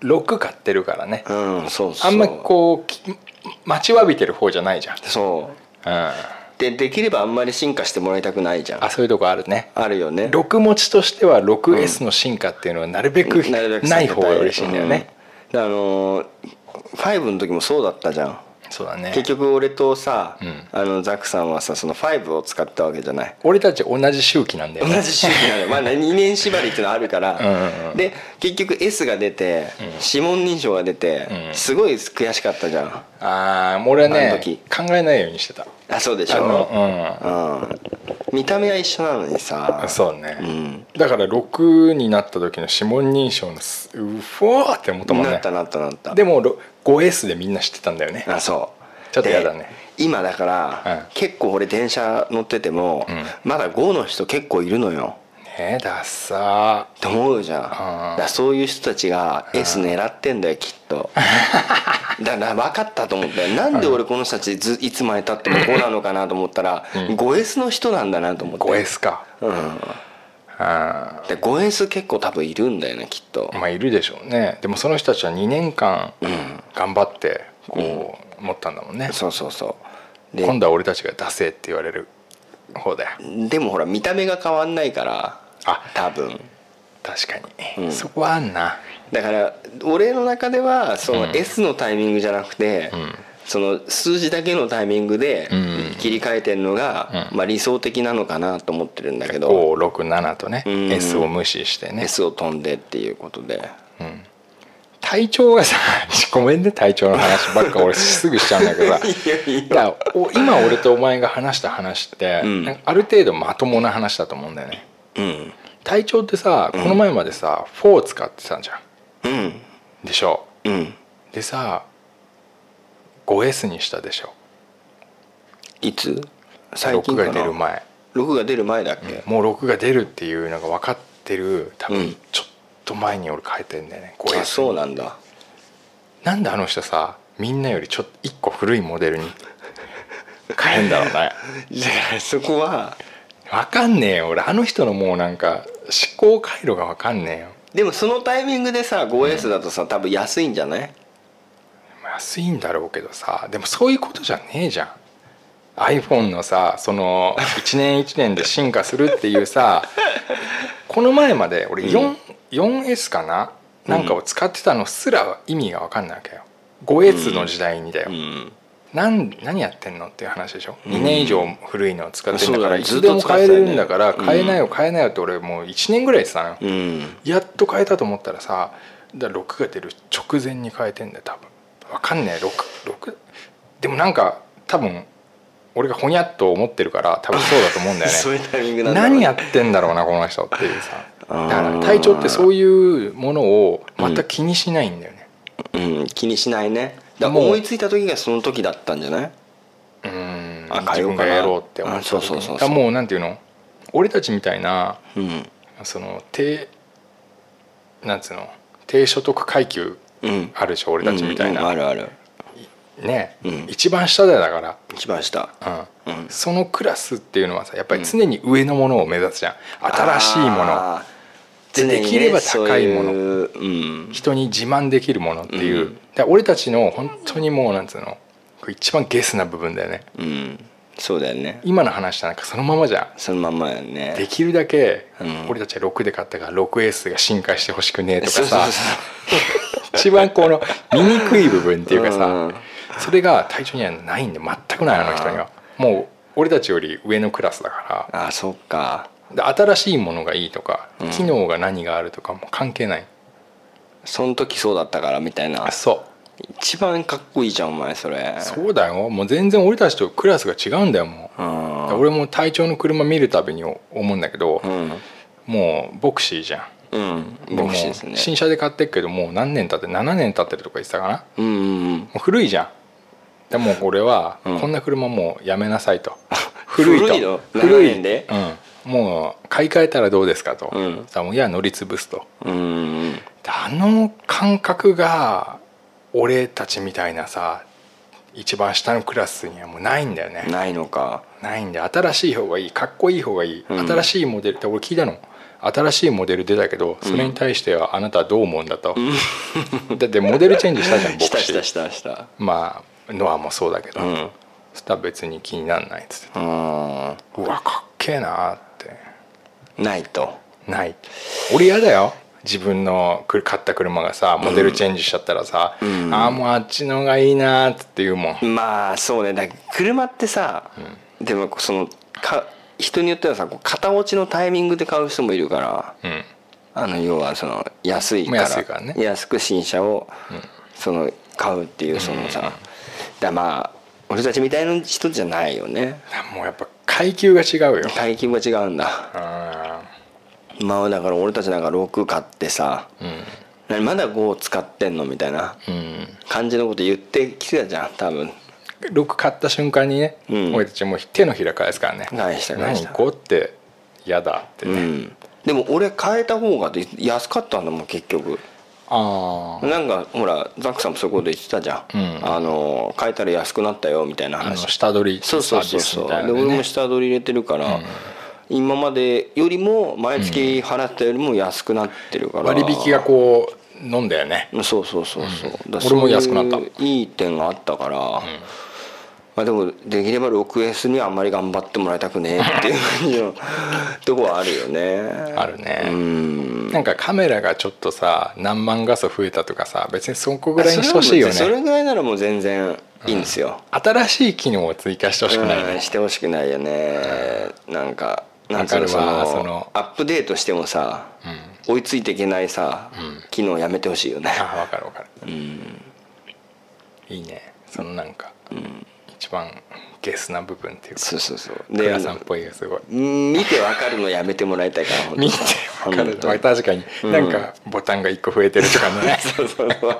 Speaker 3: 6買ってるからね
Speaker 4: うん、そうそう
Speaker 3: あんまこうき待ちわびてる方じゃないじゃん、
Speaker 4: そう
Speaker 3: うん、
Speaker 4: でできればあんまり進化してもらいたくないじゃん
Speaker 3: あ
Speaker 4: あ
Speaker 3: そういうとこあるね
Speaker 4: るよね
Speaker 3: 6持ちとしては 6S の進化っていうのはなるべく
Speaker 4: なるべく避けた
Speaker 3: ない方が嬉しいんだよね、、
Speaker 4: うんであの5の時もそうだったじゃん
Speaker 3: そうだね
Speaker 4: 結局俺とさ、
Speaker 3: ん
Speaker 4: あのザックさんはさその5を使ったわけじゃない
Speaker 3: 俺たち同じ周期なんだよ
Speaker 4: 同
Speaker 3: ね
Speaker 4: じ周期なのよ、まあ、2年縛りっていうのはあるから
Speaker 3: うんうんうん
Speaker 4: で結局 S が出て、指紋認証が出て、
Speaker 3: うん
Speaker 4: すごい悔しかったじゃん
Speaker 3: ああ俺は
Speaker 4: あの
Speaker 3: ね
Speaker 4: 時
Speaker 3: 考えないようにしてた
Speaker 4: あそうでし
Speaker 3: あ
Speaker 4: ょ、
Speaker 3: の
Speaker 4: うん、見た目は一緒なのに
Speaker 3: う
Speaker 4: さ
Speaker 3: んそうね、
Speaker 4: ん
Speaker 3: だから6になった時の指紋認証のすうふわーって思ったもん
Speaker 4: な
Speaker 3: ね
Speaker 4: ったなったなった
Speaker 3: でもろ 5S でみんな知ってたんだよね
Speaker 4: あそう
Speaker 3: ちょっとやだね
Speaker 4: で今だから、
Speaker 3: うん
Speaker 4: 結構俺電車乗ってても、まだ5の人結構いるのよ
Speaker 3: ねえダッサ
Speaker 4: って思うじゃ
Speaker 3: う
Speaker 4: ん
Speaker 3: ん
Speaker 4: だからそういう人たちが S 狙ってんだよきっ とだから分かったと思ったよなんで俺この人たちずいつまでたっても5なのかなと思ったら 5S の人なんだなと思っ
Speaker 3: ー
Speaker 4: て
Speaker 3: 5S か
Speaker 4: うん
Speaker 3: あ
Speaker 4: で 5S 結構多分いるんだよねきっと
Speaker 3: ーまあいるでしょうねでもその人たちは2年間頑張ってこう持ったんだもんね、
Speaker 4: そうそうそうで
Speaker 3: 今度は俺たちが出せって言われる方だよ
Speaker 4: でもほら見た目が変わんないから
Speaker 3: あ
Speaker 4: 多分
Speaker 3: 確かに、そこはあんな
Speaker 4: だから俺の中ではその S のタイミングじゃなくて、その数字だけのタイミングで
Speaker 3: うん
Speaker 4: 切り替えてるのが、まあ、理想的なのかなと思ってるんだけど、
Speaker 3: 567とね、
Speaker 4: うん
Speaker 3: S を無視してね
Speaker 4: S を飛んでっていうことで
Speaker 3: 体調がさ ごめんね体調の話ばっか俺すぐしちゃうんだけ どさだからお今俺とお前が話した話って、
Speaker 4: うん
Speaker 3: なんかある程度まともな話だと思うんだよね
Speaker 4: うん
Speaker 3: 体調ってさこの前までさ、4使ってたんじゃん
Speaker 4: うん
Speaker 3: でしょ
Speaker 4: うん
Speaker 3: でさ 5S にしたでしょ
Speaker 4: いつ最
Speaker 3: 6
Speaker 4: 近か
Speaker 3: が
Speaker 4: な
Speaker 3: 出る前
Speaker 4: 6が出る前だっけ、
Speaker 3: もう6が出るっていうのが分かってる多
Speaker 4: う
Speaker 3: 分
Speaker 4: ん
Speaker 3: ちょっと前に俺変えてんだよね
Speaker 4: あ
Speaker 3: 5S
Speaker 4: そ
Speaker 3: に
Speaker 4: うなんだ
Speaker 3: なんであの人さみんなよりちょっと一個古いモデル に変えんだろうね
Speaker 4: じゃあそこは
Speaker 3: 分かんねえよ俺あの人のもうなんか思考回路が分かんねえよ
Speaker 4: でもそのタイミングでさ 5S だとさ多分安いんじゃない
Speaker 3: まあ安いんだろうけどさでもそういうことじゃねえじゃん iPhone のさその1年1年で進化するっていうさ この前まで俺4 4S かななんかを使ってたのすら意味が分かんないわけよ 5S の時代にだよ、
Speaker 4: うん
Speaker 3: なん何やってんのっていう話でしょ2年以上古いのを使ってんだから
Speaker 4: うん
Speaker 3: いつでも変えれるんだから
Speaker 4: そうだね
Speaker 3: 変えなよ変えなよって俺もう1年ぐらい言ってたのよ
Speaker 4: うん
Speaker 3: やっと変えたと思ったらさだから6が出る直前に変えてんだよ多分わかんねえ66でもなんか多分俺がほにゃっと思ってるから多分そうだと思うんだよね
Speaker 4: そういうタイミングなんだろうね
Speaker 3: 何やってんだろうなこの人っていうさだ
Speaker 4: ー
Speaker 3: から体調ってそういうものを全く気にしないんだよね、
Speaker 4: うん、気にしないねだから
Speaker 3: もう
Speaker 4: 思いついた時がその時だったんじゃないあ
Speaker 3: 自
Speaker 4: 変えよ
Speaker 3: 分
Speaker 4: うか
Speaker 3: が
Speaker 4: な
Speaker 3: やろうって思っ
Speaker 4: あ
Speaker 3: た
Speaker 4: そう
Speaker 3: 時
Speaker 4: そう
Speaker 3: に
Speaker 4: そう
Speaker 3: だ
Speaker 4: そ
Speaker 3: か
Speaker 4: う
Speaker 3: らもうなんていうの俺たちみたいな
Speaker 4: うん
Speaker 3: その低なんつうの低所得階級
Speaker 4: うん
Speaker 3: あるでしょ、俺たちみたいな、
Speaker 4: うんうんあるある
Speaker 3: ね、
Speaker 4: うん
Speaker 3: 一番下だよだから
Speaker 4: 一番下
Speaker 3: うん
Speaker 4: うん
Speaker 3: そのクラスっていうのはさやっぱり常に上のものを目指すじゃん新しいもの
Speaker 4: あー常にね
Speaker 3: できれば高いもの
Speaker 4: そういううん
Speaker 3: 人に自慢できるものっていう、
Speaker 4: うん
Speaker 3: だから俺たちの本当にもうなんつうのこれ一番ゲスな部分だよね
Speaker 4: うんそうだよね
Speaker 3: 今の話なんかそのままじゃ
Speaker 4: そのまんまやね
Speaker 3: んできるだけ
Speaker 4: うん
Speaker 3: 俺たちは6で買ったから 6S が進化してほしくねえとか
Speaker 4: そう
Speaker 3: さ
Speaker 4: そうそう
Speaker 3: 一番この醜い部分っていうか
Speaker 4: う
Speaker 3: さ
Speaker 4: ん
Speaker 3: それが体調にはないんで全くないあの人にはもう俺たちより上のクラスだから
Speaker 4: あそっか
Speaker 3: で新しいものがいいとか
Speaker 4: うん
Speaker 3: 機能が何があるとかも関係ない、
Speaker 4: その時そうだったからみたいな
Speaker 3: そ
Speaker 4: 一番かっこいいじゃんお前それ
Speaker 3: うそうだよもう全然俺たちとクラスが違うんだよもう
Speaker 4: うん
Speaker 3: だから俺も隊長の車見るたびに思うんだけど、
Speaker 4: うん
Speaker 3: もうボクシーじゃん
Speaker 4: うんボクシーです
Speaker 3: も
Speaker 4: ね
Speaker 3: う新車で買ってっけどもう何年経って7年経ってるとか言ってたかなも
Speaker 4: うんうんうん
Speaker 3: う古いじゃんでもう俺は
Speaker 4: うん
Speaker 3: こんな車もうやめなさい と、古いと
Speaker 4: 古いの7年で
Speaker 3: うん、もう買い替えたらどうですかと、
Speaker 4: うん
Speaker 3: さあもういや乗り潰すと
Speaker 4: うんうん
Speaker 3: であの感覚が俺たちみたいなさ一番下のクラスにはもうないんだよね
Speaker 4: ないのか
Speaker 3: ないんで新しい方がいいかっこいい方がいい、
Speaker 4: うん
Speaker 3: 新しいモデルって俺聞いたの新しいモデル出たけどそれに対してはあなたはどう思うんだと、 だってモデルチェンジしたじゃん僕
Speaker 4: したしたしたした
Speaker 3: まあノアもそうだけど、
Speaker 4: うん
Speaker 3: そしたら別に気になんないっつって
Speaker 4: うん
Speaker 3: うわかっけえなーって
Speaker 4: ないと
Speaker 3: ない俺嫌だよ自分のく買った車がさモデルチェンジしちゃったらさ、
Speaker 4: ん
Speaker 3: ああもうあっちのがいいなーっつって言うもん、
Speaker 4: まあそうねだから車ってさ、でもそのか人によってはさこう片落ちのタイミングで買う人もいるから
Speaker 3: うん、
Speaker 4: あの要はその安いから
Speaker 3: まあ安いからね
Speaker 4: 安く新車をその買うっていうそのさ、だからまあ俺たちみたいな人じゃないよね
Speaker 3: もうやっぱ階級が違うよ
Speaker 4: 大金も違うんだまあだから俺たちなんか6買ってさ、何まだ5使ってんのみたいな
Speaker 3: うん、うん
Speaker 4: 感じのこと言ってきてたじゃん多分
Speaker 3: 6買った瞬間にね、
Speaker 4: うん
Speaker 3: 俺たちもう手のひら返すからね
Speaker 4: 返した返した
Speaker 3: 何こうって嫌だってね、
Speaker 4: うんでも俺変えた方がで安かったんだもん結局
Speaker 3: ああ
Speaker 4: なんかほらザックさんもそういうこと言ってたじゃん、
Speaker 3: うん
Speaker 4: あの変えたら安くなったよみたいな
Speaker 3: あの
Speaker 4: 話
Speaker 3: 下取りサ
Speaker 4: そうそう
Speaker 3: ー
Speaker 4: そ
Speaker 3: ビ
Speaker 4: う
Speaker 3: ス
Speaker 4: そ
Speaker 3: み
Speaker 4: う、
Speaker 3: たいな
Speaker 4: で俺
Speaker 3: ね
Speaker 4: も下取り入れてるから、今までよりも毎月払ったよりも安くなってるから、
Speaker 3: 割引がこう飲んだよね
Speaker 4: そうそうそうそう、だから
Speaker 3: 俺も安くなった
Speaker 4: そういういい点があったから、まあでもできれば 6S にはあんまり頑張ってもらいたくねえっていう感じの とこはあるよね
Speaker 3: あるね
Speaker 4: うん
Speaker 3: なんかカメラがちょっとさ何万画素増えたとかさ別にそこぐらいにしてほしいよ
Speaker 4: それは
Speaker 3: ね
Speaker 4: もうそれぐらいならもう全然いいんですよ、
Speaker 3: 新しい機能を追加してほしくない
Speaker 4: うん
Speaker 3: ね
Speaker 4: してほしくないよね、なんかなん
Speaker 3: わかるわ
Speaker 4: そ
Speaker 3: その
Speaker 4: のアップデートしてもさ、追いついていけないさ、機能やめてほしいよね
Speaker 3: ああ分かる分かるいいねそのなんか一番ゲスな部分っていうか
Speaker 4: そうそうそう
Speaker 3: ク
Speaker 4: で
Speaker 3: ラさんっぽいがすごい
Speaker 4: うん見てわかるのやめてもらいたいから本当
Speaker 3: 見てわかる
Speaker 4: 本 当に
Speaker 3: 確かになんかボタンが1個増えてるとか ね
Speaker 4: そうそうそう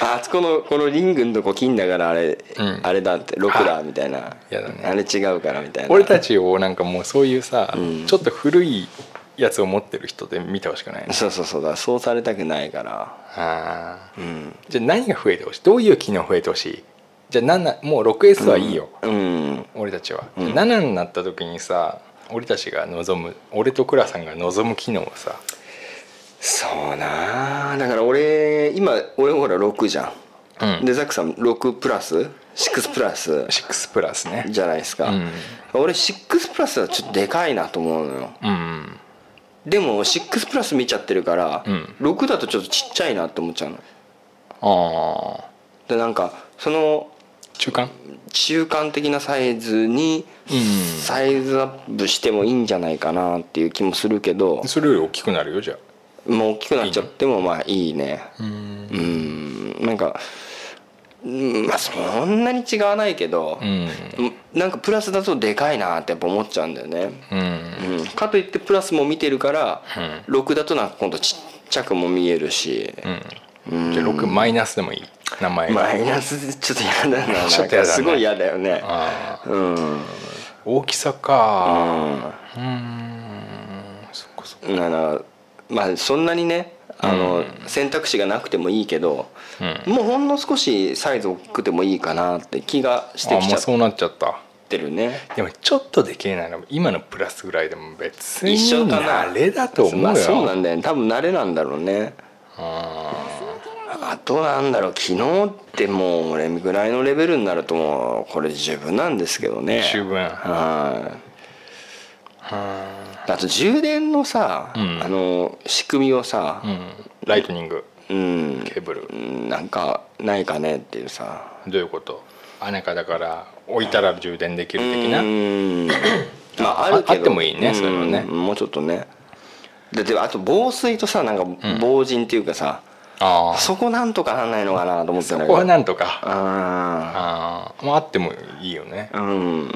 Speaker 4: あそこのこのリングのとこ金だからあれ、
Speaker 3: うん
Speaker 4: あれだって6だみたいな
Speaker 3: やだね
Speaker 4: あれ違うからみたいな
Speaker 3: 俺たちをなんかもうそういうさ、
Speaker 4: ん
Speaker 3: ちょっと古いやつを持ってる人で見てほしくないね
Speaker 4: そうそうそうだからそうされたくないから
Speaker 3: あー
Speaker 4: うん、
Speaker 3: じゃあ何が増えてほしいどういう機能増えてほしいじゃあ7もう 6S はいいよ、
Speaker 4: うん、
Speaker 3: 俺たちは、
Speaker 4: うん
Speaker 3: じゃあ7になった時にさ俺たちが望む俺と倉さんが望む機能をさ
Speaker 4: そうなあだから俺今俺ほら6じゃん、
Speaker 3: うん
Speaker 4: でザックさん6プラス6プラス
Speaker 3: 6プラスね
Speaker 4: じゃないですか、
Speaker 3: うん
Speaker 4: 俺6プラスはちょっとでかいなと思うのよ
Speaker 3: うん
Speaker 4: でも6プラス見ちゃってるから、
Speaker 3: うん
Speaker 4: 6だとちょっとちっちゃいなって思っちゃうの
Speaker 3: ああ
Speaker 4: でなんかその
Speaker 3: 中間
Speaker 4: 中間的なサイズに
Speaker 3: うん
Speaker 4: サイズアップしてもいいんじゃないかなっていう気もするけど、
Speaker 3: それより大きくなるよじゃあ
Speaker 4: もう大きくなっちゃってもまあいいね
Speaker 3: うん
Speaker 4: うんなんかうんまあそんなに違わないけど
Speaker 3: う、ん
Speaker 4: うんなんかプラスだとでかいなってやっぱ思っちゃうんだよね、
Speaker 3: うん
Speaker 4: うんかといってプラスも見てるから、6だとなんか今度ちっちゃくも見えるし、
Speaker 3: じゃあ6マイナスでもいい名前が
Speaker 4: マイナスでちょっと嫌だななん
Speaker 3: ちょっと嫌だ
Speaker 4: か
Speaker 3: ね
Speaker 4: すごい嫌だよね
Speaker 3: あー
Speaker 4: うん
Speaker 3: 大きさか
Speaker 4: うん
Speaker 3: うーんそっかそっか
Speaker 4: ならまあそんなにねあの、選択肢がなくてもいいけど、もうほんの少しサイズ大きくてもいいかなって気がして
Speaker 3: あも
Speaker 4: きちゃ
Speaker 3: う
Speaker 4: っ
Speaker 3: そうなっちゃった
Speaker 4: てるね
Speaker 3: でもちょっとできないのも今のプラスぐらいでも別に
Speaker 4: 一緒かな
Speaker 3: 慣れだと思うよ、
Speaker 4: まあ、そうなんだよね多分慣れなんだろうね
Speaker 3: あ
Speaker 4: あとなんだろう昨日ってもう俺ぐらいのレベルになるともうこれ十分なんですけどね
Speaker 3: ー十分
Speaker 4: はい
Speaker 3: あ
Speaker 4: あと充電のさ、
Speaker 3: うん
Speaker 4: あの仕組みをさ
Speaker 3: ー、うんライトニング
Speaker 4: うん
Speaker 3: ケーブル
Speaker 4: なんかないかねっていうさ
Speaker 3: どういうことあなんかだから置いたら充電できる的な
Speaker 4: うーんまああ
Speaker 3: あ
Speaker 4: るけど
Speaker 3: あってもいいね
Speaker 4: ん
Speaker 3: そういうのね
Speaker 4: もうちょっとねでであと防水とさなんか防塵っていうかさ、
Speaker 3: ああそ
Speaker 4: そこなんとかなんないのかなと思ってんだけ
Speaker 3: こ
Speaker 4: ど
Speaker 3: はなんとか
Speaker 4: あ
Speaker 3: ああまああってもいいよね
Speaker 4: ーうん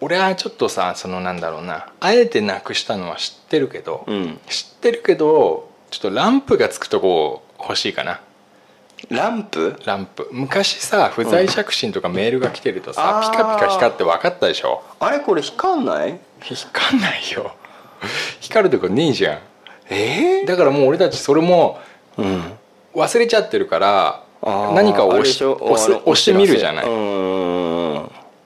Speaker 3: 俺はちょっとさそのなんだろうなあえてなくしたのは知ってるけど、
Speaker 4: うん
Speaker 3: 知ってるけどちょっとランプがつくとこ欲しいかな
Speaker 4: ランプ
Speaker 3: ランプ昔さ不在着信とかメールが来てるとさ、
Speaker 4: あー
Speaker 3: ピカピカ光って分かったでしょ
Speaker 4: あれこれ光んない
Speaker 3: 光んないよ光るとこねえじゃ
Speaker 4: え
Speaker 3: んだからもう俺たちそれも
Speaker 4: うん
Speaker 3: 忘れちゃってるから
Speaker 4: あー
Speaker 3: 何かを
Speaker 4: あれ
Speaker 3: 押
Speaker 4: で
Speaker 3: し
Speaker 4: しょ
Speaker 3: 押す
Speaker 4: あの
Speaker 3: 押してみるじゃない、
Speaker 4: うんうんうん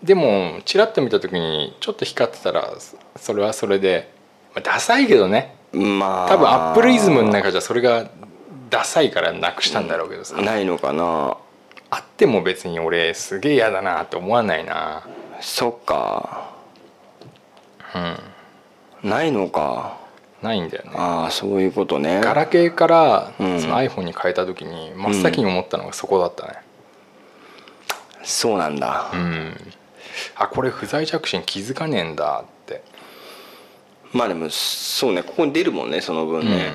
Speaker 3: でもチラッと見た時にちょっと光ってたらそそれはそれで、まあ、ダサいけどね
Speaker 4: うんまあ
Speaker 3: 多分アップルイズムの中じゃそれがダサいからなくしたんだろうけどさ、
Speaker 4: ないのかな
Speaker 3: あっても別に俺すげえ嫌だなって思わないな
Speaker 4: そっかうんないのか
Speaker 3: ないんだよね
Speaker 4: ああそういうことね
Speaker 3: ガラケーからそ
Speaker 4: うん
Speaker 3: の iPhone に変えた時に真っ先に思ったのがそこだったね
Speaker 4: そうなんだ、
Speaker 3: うん、あこれ不在着信気づかねえんだって
Speaker 4: まあでもそうねここに出るもんねその分ね、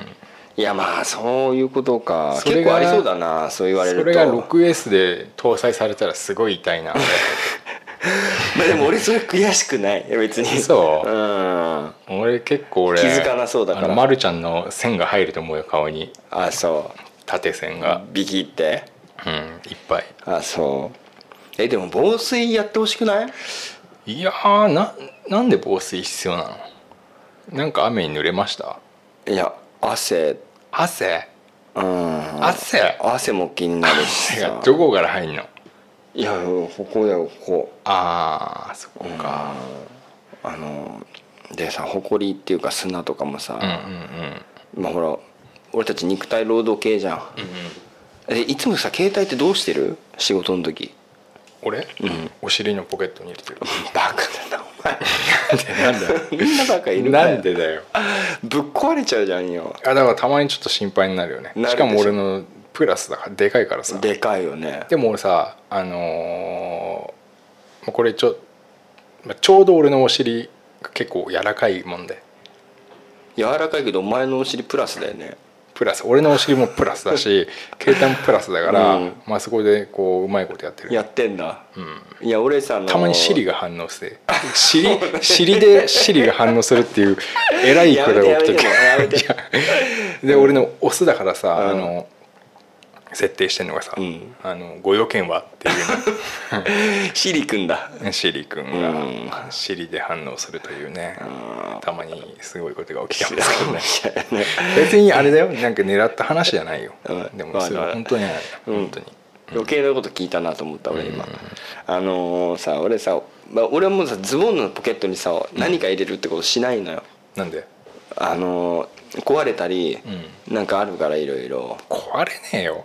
Speaker 4: いやまあそういうことか
Speaker 3: それ
Speaker 4: 結
Speaker 3: が
Speaker 4: 構ありそうだなそう言われる
Speaker 3: そ
Speaker 4: と
Speaker 3: れが 6S で搭載されたらすごい痛いな
Speaker 4: まあでも俺それ悔しくない別に
Speaker 3: そうん俺結構俺
Speaker 4: 気づかなそうだから
Speaker 3: あのまるちゃんの線が入ると思うよ顔に
Speaker 4: あそ
Speaker 3: 縦線
Speaker 4: う
Speaker 3: が
Speaker 4: ビキって
Speaker 3: うんいっぱい
Speaker 4: あそうえでも防水やってほしくない
Speaker 3: いやーななんで防水必要なのなんか雨に濡れました
Speaker 4: いや汗
Speaker 3: 汗
Speaker 4: うん
Speaker 3: 汗
Speaker 4: 汗も気になるし
Speaker 3: 汗
Speaker 4: さ
Speaker 3: がどこから入んの
Speaker 4: いやここだよこ
Speaker 3: あーそこか
Speaker 4: こあのでさほこりっていうか砂とかもさ、
Speaker 3: うんうんうん
Speaker 4: まあほら俺たち肉体労働系じゃん、えいつもさ携帯ってどうしてる仕事の時
Speaker 3: 俺、お尻のポケットに入れてる
Speaker 4: バカだ
Speaker 3: な
Speaker 4: な
Speaker 3: んだよ
Speaker 4: お前みんなバカいる
Speaker 3: な
Speaker 4: かよ
Speaker 3: んでだよ
Speaker 4: ぶっ壊れちゃうじゃんよ
Speaker 3: あだからたまにちょっと心配になるよね
Speaker 4: なるでしょ
Speaker 3: しかも俺のプラスだからでかいからさ
Speaker 4: でかいよね
Speaker 3: でも俺さあのーまあこれちょまあちょうど俺のお尻が結構柔らかいもんで
Speaker 4: 柔らかいけどお前のお尻プラスだよね
Speaker 3: プラス俺のお尻もプラスだし 携帯もプラスだから、
Speaker 4: うん
Speaker 3: まあそこでこううまいことやってる
Speaker 4: やってんだ、いや俺さあの
Speaker 3: たまに尻が反応して尻尻で尻が反応するって いうえらい
Speaker 4: や
Speaker 3: こ
Speaker 4: め
Speaker 3: と
Speaker 4: て
Speaker 3: が
Speaker 4: や
Speaker 3: 起
Speaker 4: め
Speaker 3: きてる
Speaker 4: てもうやめて
Speaker 3: で俺のオスだからさ、
Speaker 4: うん
Speaker 3: あの設定してんのがさ、
Speaker 4: うん
Speaker 3: あのご用件はっていう
Speaker 4: 尻くんだ
Speaker 3: ねシリ君
Speaker 4: うん
Speaker 3: が尻で反応するというね、たまにすごいことが起きてますけどね
Speaker 4: ね
Speaker 3: 別にあれだよなんか狙った話じゃないよ、
Speaker 4: うん
Speaker 3: でもそれは本当にある
Speaker 4: うん
Speaker 3: 本当に、
Speaker 4: 余計なこと聞いたなと思った俺今、あのーさ俺さ、まあ、俺はもうさズボンのポケットにさ何か入れるってことしないのよ、
Speaker 3: なんで
Speaker 4: あのー壊れたり、なんかあるからいろいろ
Speaker 3: 壊れねえよ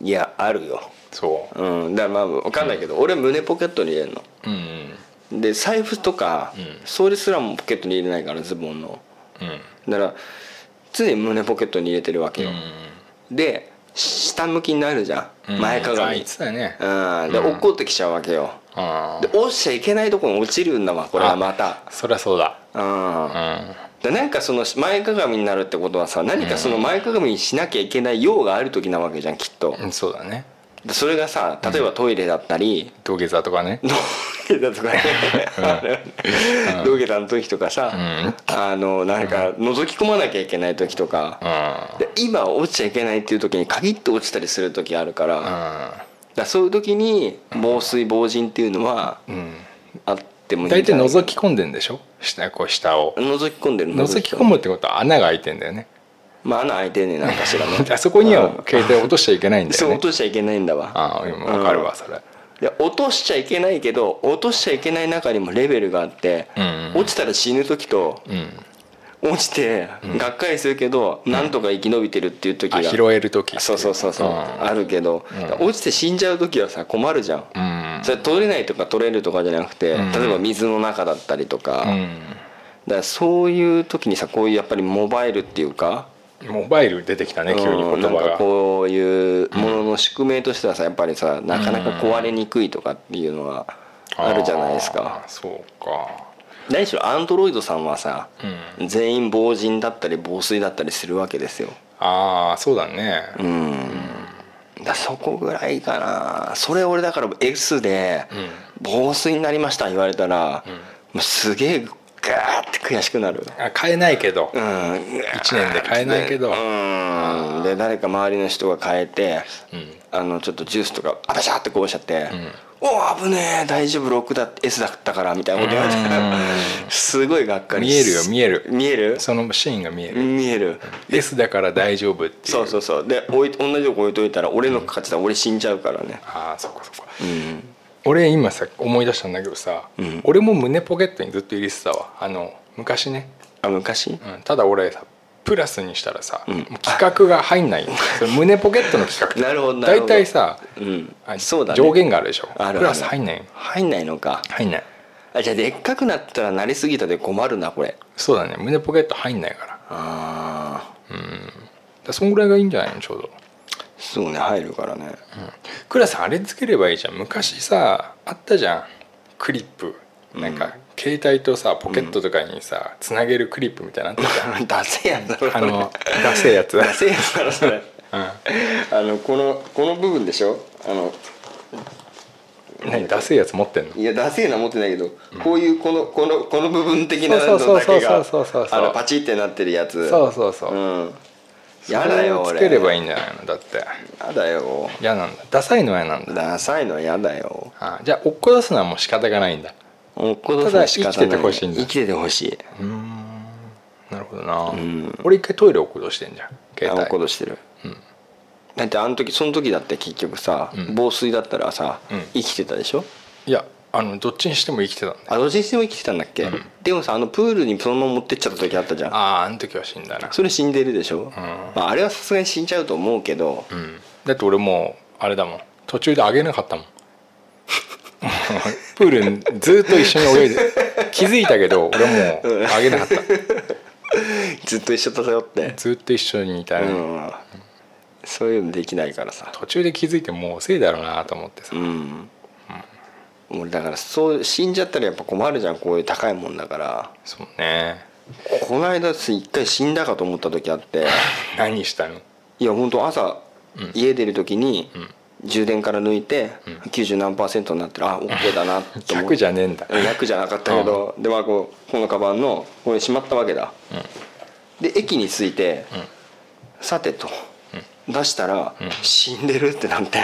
Speaker 4: いやあるよ
Speaker 3: そう
Speaker 4: うんだからまあ分かんないけど、俺胸ポケットに入れるの
Speaker 3: うん
Speaker 4: で財布とか、
Speaker 3: うん
Speaker 4: それすらもポケットに入れないからズボンの
Speaker 3: うんうん
Speaker 4: だから常に胸ポケットに入れてるわけよ、で下向きになるじゃん、
Speaker 3: うん
Speaker 4: 前かが
Speaker 3: あ
Speaker 4: み
Speaker 3: いつだね
Speaker 4: うんで、落っこってきちゃうわけよ
Speaker 3: あ
Speaker 4: で落ちちゃいけないところに落ちるんだわこれはまた
Speaker 3: あそりゃそうだ
Speaker 4: うん
Speaker 3: うん
Speaker 4: でなんかその前かがみになるってことはさ何かその前かがみにしなきゃいけない用がある時なわけじゃんきっと
Speaker 3: うんそうだね
Speaker 4: でそれがさ例えばトイレだったり、
Speaker 3: 土下座とかね
Speaker 4: 土下座とかね土下座の時とかさ、あのなんか覗き込まなきゃいけない時とか、
Speaker 3: うん
Speaker 4: で今落ちちゃいけないっていう時に限って落ちたりする時あるから,、だか
Speaker 3: う
Speaker 4: らそういう時に防水防塵っていうのは
Speaker 3: ん
Speaker 4: あってもいいん
Speaker 3: 大
Speaker 4: じ
Speaker 3: 体
Speaker 4: ゃない
Speaker 3: 覗き込んでんでしょ下こう下を
Speaker 4: 覗き込んでる
Speaker 3: 覗き込むってことは穴が開いてんだよね
Speaker 4: まあ穴開いてんねんなんかしらね
Speaker 3: あそこに
Speaker 4: うん
Speaker 3: は携帯落としちゃいけないんだ
Speaker 4: そ
Speaker 3: よ
Speaker 4: う
Speaker 3: ね
Speaker 4: 落としちゃいけないんだわ
Speaker 3: ああ今分かるわそれ
Speaker 4: で落としちゃいけないけど落としちゃいけない中にもレベルがあって、
Speaker 3: うんうん
Speaker 4: 落ちたら死ぬ時と
Speaker 3: うん
Speaker 4: 落ちてがっかりするけど、なんとか生き延びてるっていう時が、
Speaker 3: あ拾える時
Speaker 4: そうそうそうそう、
Speaker 3: ん
Speaker 4: あるけど、落ちて死んじゃう時はさ困るじゃん、
Speaker 3: うん
Speaker 4: それ取れないとか取れるとかじゃなくて、
Speaker 3: ん
Speaker 4: 例えば水の中だったりとか、
Speaker 3: う
Speaker 4: だか
Speaker 3: ん
Speaker 4: らそういう時にさこういうやっぱりモバイルっていうか
Speaker 3: モバイル出てきたね急に
Speaker 4: うん
Speaker 3: 言
Speaker 4: なんか
Speaker 3: 葉が
Speaker 4: こういうものの宿命としてはさやっぱりさなかなか壊れにくいとかっていうのはあるじゃないです
Speaker 3: あ
Speaker 4: か
Speaker 3: ーそうか
Speaker 4: 何しろアンドロイドさんはさ、
Speaker 3: う
Speaker 4: 全員防塵だったり防水だったりするわけですよ
Speaker 3: ああそうだね
Speaker 4: うんだからそこぐらいかなそれ俺だから S で防水になりました言われたら、もうすげえガーって悔しくなる
Speaker 3: あ買えないけど
Speaker 4: うん、
Speaker 3: 1年で買えないけど
Speaker 4: うんで誰か周りの人が変えて、
Speaker 3: ん
Speaker 4: あのちょっとジュースとかあべしゃってこぼしちゃって「おお危ねえ大丈夫6だ S だったから」みたいなこと言われたらすごいがっかり
Speaker 3: 見えるよ見える
Speaker 4: 見える
Speaker 3: そのシーンが見える
Speaker 4: 見える
Speaker 3: S だから大丈夫っていう
Speaker 4: そうそうそうでおい同じとこ置いといたら俺の勝ちだ俺死んじゃうからね
Speaker 3: ああそっかそっか
Speaker 4: うん
Speaker 3: 俺今さ思い出したんだけどさ、
Speaker 4: ん
Speaker 3: 俺も胸ポケットにずっと入れてたわあの昔ね、
Speaker 4: あ昔
Speaker 3: うん、ただ俺さプラスにしたらさ、
Speaker 4: ん
Speaker 3: もう企画が入んないそれ胸ポケットの企画って
Speaker 4: なるほどなる
Speaker 3: 大
Speaker 4: ほど
Speaker 3: 体さ、
Speaker 4: うん
Speaker 3: あ
Speaker 4: そうだね
Speaker 3: 上限があるでしょ
Speaker 4: あるある
Speaker 3: プラス入んないよ
Speaker 4: 入んないのか
Speaker 3: 入んない
Speaker 4: あじゃあでっかくなったら慣れすぎたで困るなこれ
Speaker 3: そうだね胸ポケット入んないからだか
Speaker 4: ああ
Speaker 3: らそんぐらいがいいんじゃないのちょうど
Speaker 4: そうね入るからね
Speaker 3: クラさんあれつければいいじゃん昔さあったじゃんクリップなんか、携帯とさポケットとかにさつなげるクリップみたいなのあったじゃん
Speaker 4: ダセえやつだろ
Speaker 3: あのダセえやつ
Speaker 4: ダセえやつだろそれ、 あのこのこの部分でしょあの
Speaker 3: 何ダセえやつ持ってんの
Speaker 4: いやダセえな持ってないけど、こういうこのこのこの部分的な
Speaker 3: そうそう
Speaker 4: のだけが
Speaker 3: そうそうそうそうそう
Speaker 4: あのパチってなってるやつ
Speaker 3: そうそうそう、
Speaker 4: んやだよ
Speaker 3: それを
Speaker 4: 俺
Speaker 3: つければいいんじゃないのだって
Speaker 4: やだよ
Speaker 3: 嫌なんだダサいのは嫌なんだ
Speaker 4: ダサいのはやだよ
Speaker 3: あじゃあ落っこ出すのはもう仕方がないんだ
Speaker 4: もうこの
Speaker 3: ただ生きててほしいんだ
Speaker 4: 生きててほしい
Speaker 3: なるほどな、俺一回トイレ落っことしてんじゃん携
Speaker 4: あ落っこ
Speaker 3: 帯
Speaker 4: としてる、だってあの時その時だって結局さ、防水だったらさ、
Speaker 3: ん
Speaker 4: 生きてたでしょ
Speaker 3: いやあのどっちにしても生きてたんだよ
Speaker 4: あどっちにしても生きてたんだっけ、でもさあのプールにそのまま持ってっちゃった時あったじゃん
Speaker 3: あああの時は死んだな
Speaker 4: それ死んでるでしょ、まあ、あれはさすがに死んじゃうと思うけど、
Speaker 3: うんだって俺もうあれだもん途中であげなかったもん プールにずっと一緒に泳いで気づいたけど俺もうあげなかった
Speaker 4: ずっと一緒だよって、
Speaker 3: ずっと一緒にいた
Speaker 4: う
Speaker 3: ね、
Speaker 4: んそういうのできないからさ
Speaker 3: 途中で気づいてもう遅いだろうなと思ってさ、
Speaker 4: うん、俺だからそう死んじゃったらやっぱ困るじゃんこういう高いもんだから
Speaker 3: そうね
Speaker 4: この間一回死んだかと思った時あ って
Speaker 3: 何したの
Speaker 4: いや本当朝家出る時に充電から抜いて90何パーセントになってるあオッケーだなと 思って
Speaker 3: 100じゃねえんだ
Speaker 4: 100じゃなかったけど、でまあこうこのカバンのこれしまったわけだ、で駅に着いて、さてと、出したら、死んでるってな って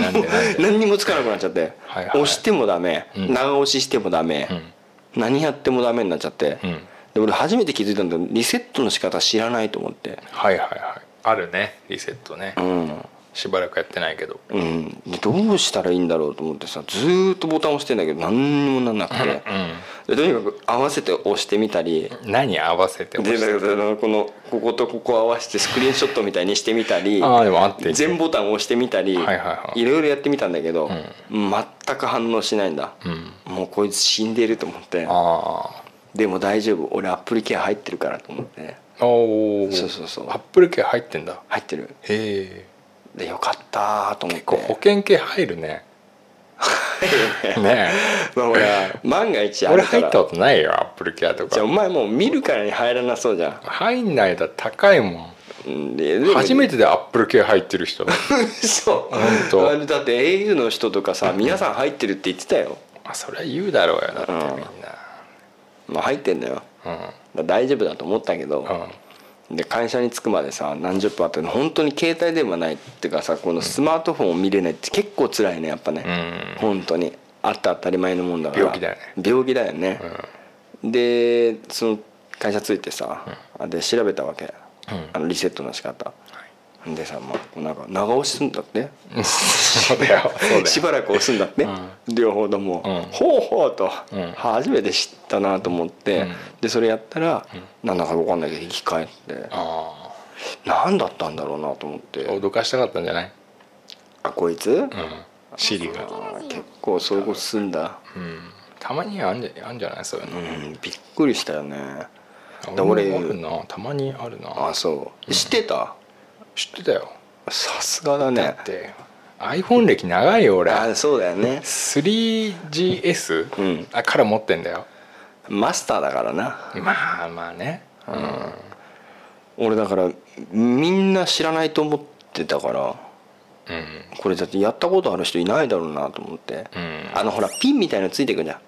Speaker 3: なんでなんで なんで
Speaker 4: 何にもつかなくなっちゃって、
Speaker 3: はいはい
Speaker 4: 押してもダメ、長押ししてもダメ、何やってもダメになっちゃって、
Speaker 3: ん
Speaker 4: で俺初めて気づいたんだけどリセットの仕方知らないと思って
Speaker 3: はいはいはいあるねリセットね、
Speaker 4: うん
Speaker 3: しばらくやってないけど
Speaker 4: うん、でどうしたらいいんだろうと思ってさずーっとボタン押してんだけど何にもなんなくて、でとにかく合わせて押してみたり、
Speaker 3: 何合わせても
Speaker 4: でだからあのこのこことここ合わせてスクリーンショットみたいにしてみたり
Speaker 3: ああでも合ってる
Speaker 4: 全ボタンを押してみたり、
Speaker 3: はいはいはい
Speaker 4: ろいろやってみたんだけど、全く反応しないんだ、もうこいつ死んでると思って
Speaker 3: あ
Speaker 4: でも大丈夫俺アップルケア入ってるからと思って
Speaker 3: あおお
Speaker 4: そうそうそう
Speaker 3: アップル系入ってんだ
Speaker 4: 入ってる
Speaker 3: へえ
Speaker 4: でよかったーと思って
Speaker 3: こう保険系入る ねね
Speaker 4: まあほ ら万が一
Speaker 3: え
Speaker 4: あ
Speaker 3: 俺
Speaker 4: るか
Speaker 3: 入っ
Speaker 4: ら
Speaker 3: たことないよアップルケアと
Speaker 4: じゃあお
Speaker 3: か
Speaker 4: 前もう見るからに入らなそうじゃん
Speaker 3: 入んないだ高いもん
Speaker 4: ででも
Speaker 3: 初めてでアップル系入ってる人
Speaker 4: そう
Speaker 3: 本当
Speaker 4: あれだって au の人とかさ皆さん入ってるって言ってたよ、
Speaker 3: あそれは言うだろうよだってみんな
Speaker 4: まあ、入ってんだよだか
Speaker 3: うん
Speaker 4: ら大丈夫だと思ったけど、で会社に着くまでさ何十分あって本当に携帯電話ないっていうかさこのスマートフォンを見れないって結構辛いねやっぱね、
Speaker 3: うん
Speaker 4: 本当にあった当たり前のもんだから
Speaker 3: 病気だよね
Speaker 4: 病気だよね、でその会社着いてさ、で調べたわけ、あのリセットの仕方、でさ、まあ、なんか長押しすんだって
Speaker 3: うんそうだよそうだよ
Speaker 4: しばらく押すんだって、両方とも、
Speaker 3: うん
Speaker 4: ほうほうと、
Speaker 3: うん
Speaker 4: 初めて知ったなと思って、
Speaker 3: うん
Speaker 4: でそれやったら、なんだか分かんないけど生き返って
Speaker 3: あ
Speaker 4: 何だったんだろうなと思っ
Speaker 3: あ
Speaker 4: て
Speaker 3: 脅かしたかったんじゃない
Speaker 4: あこいつ、
Speaker 3: うんシリが
Speaker 4: あ結構そういうことすんだ、
Speaker 3: うんたまにあんじゃあんじゃないそういう
Speaker 4: う
Speaker 3: の
Speaker 4: ん、びっくりしたよねで
Speaker 3: 俺も
Speaker 4: 俺
Speaker 3: あるなたまにあるな
Speaker 4: あそう知ってた
Speaker 3: 知ってたよ
Speaker 4: さすがだ
Speaker 3: だ
Speaker 4: ね
Speaker 3: って iPhone 歴長いよ俺
Speaker 4: あそうだよね
Speaker 3: 3GS、
Speaker 4: うん
Speaker 3: あから持ってんだよ
Speaker 4: マスターだからな
Speaker 3: まあまあねうん
Speaker 4: 俺だからみんな知らないと思ってたから
Speaker 3: うん
Speaker 4: これだってやったことある人いないだろうなと思って、
Speaker 3: うん
Speaker 4: あのほらピンみたいのついてくじゃ
Speaker 3: う
Speaker 4: ん、
Speaker 3: ん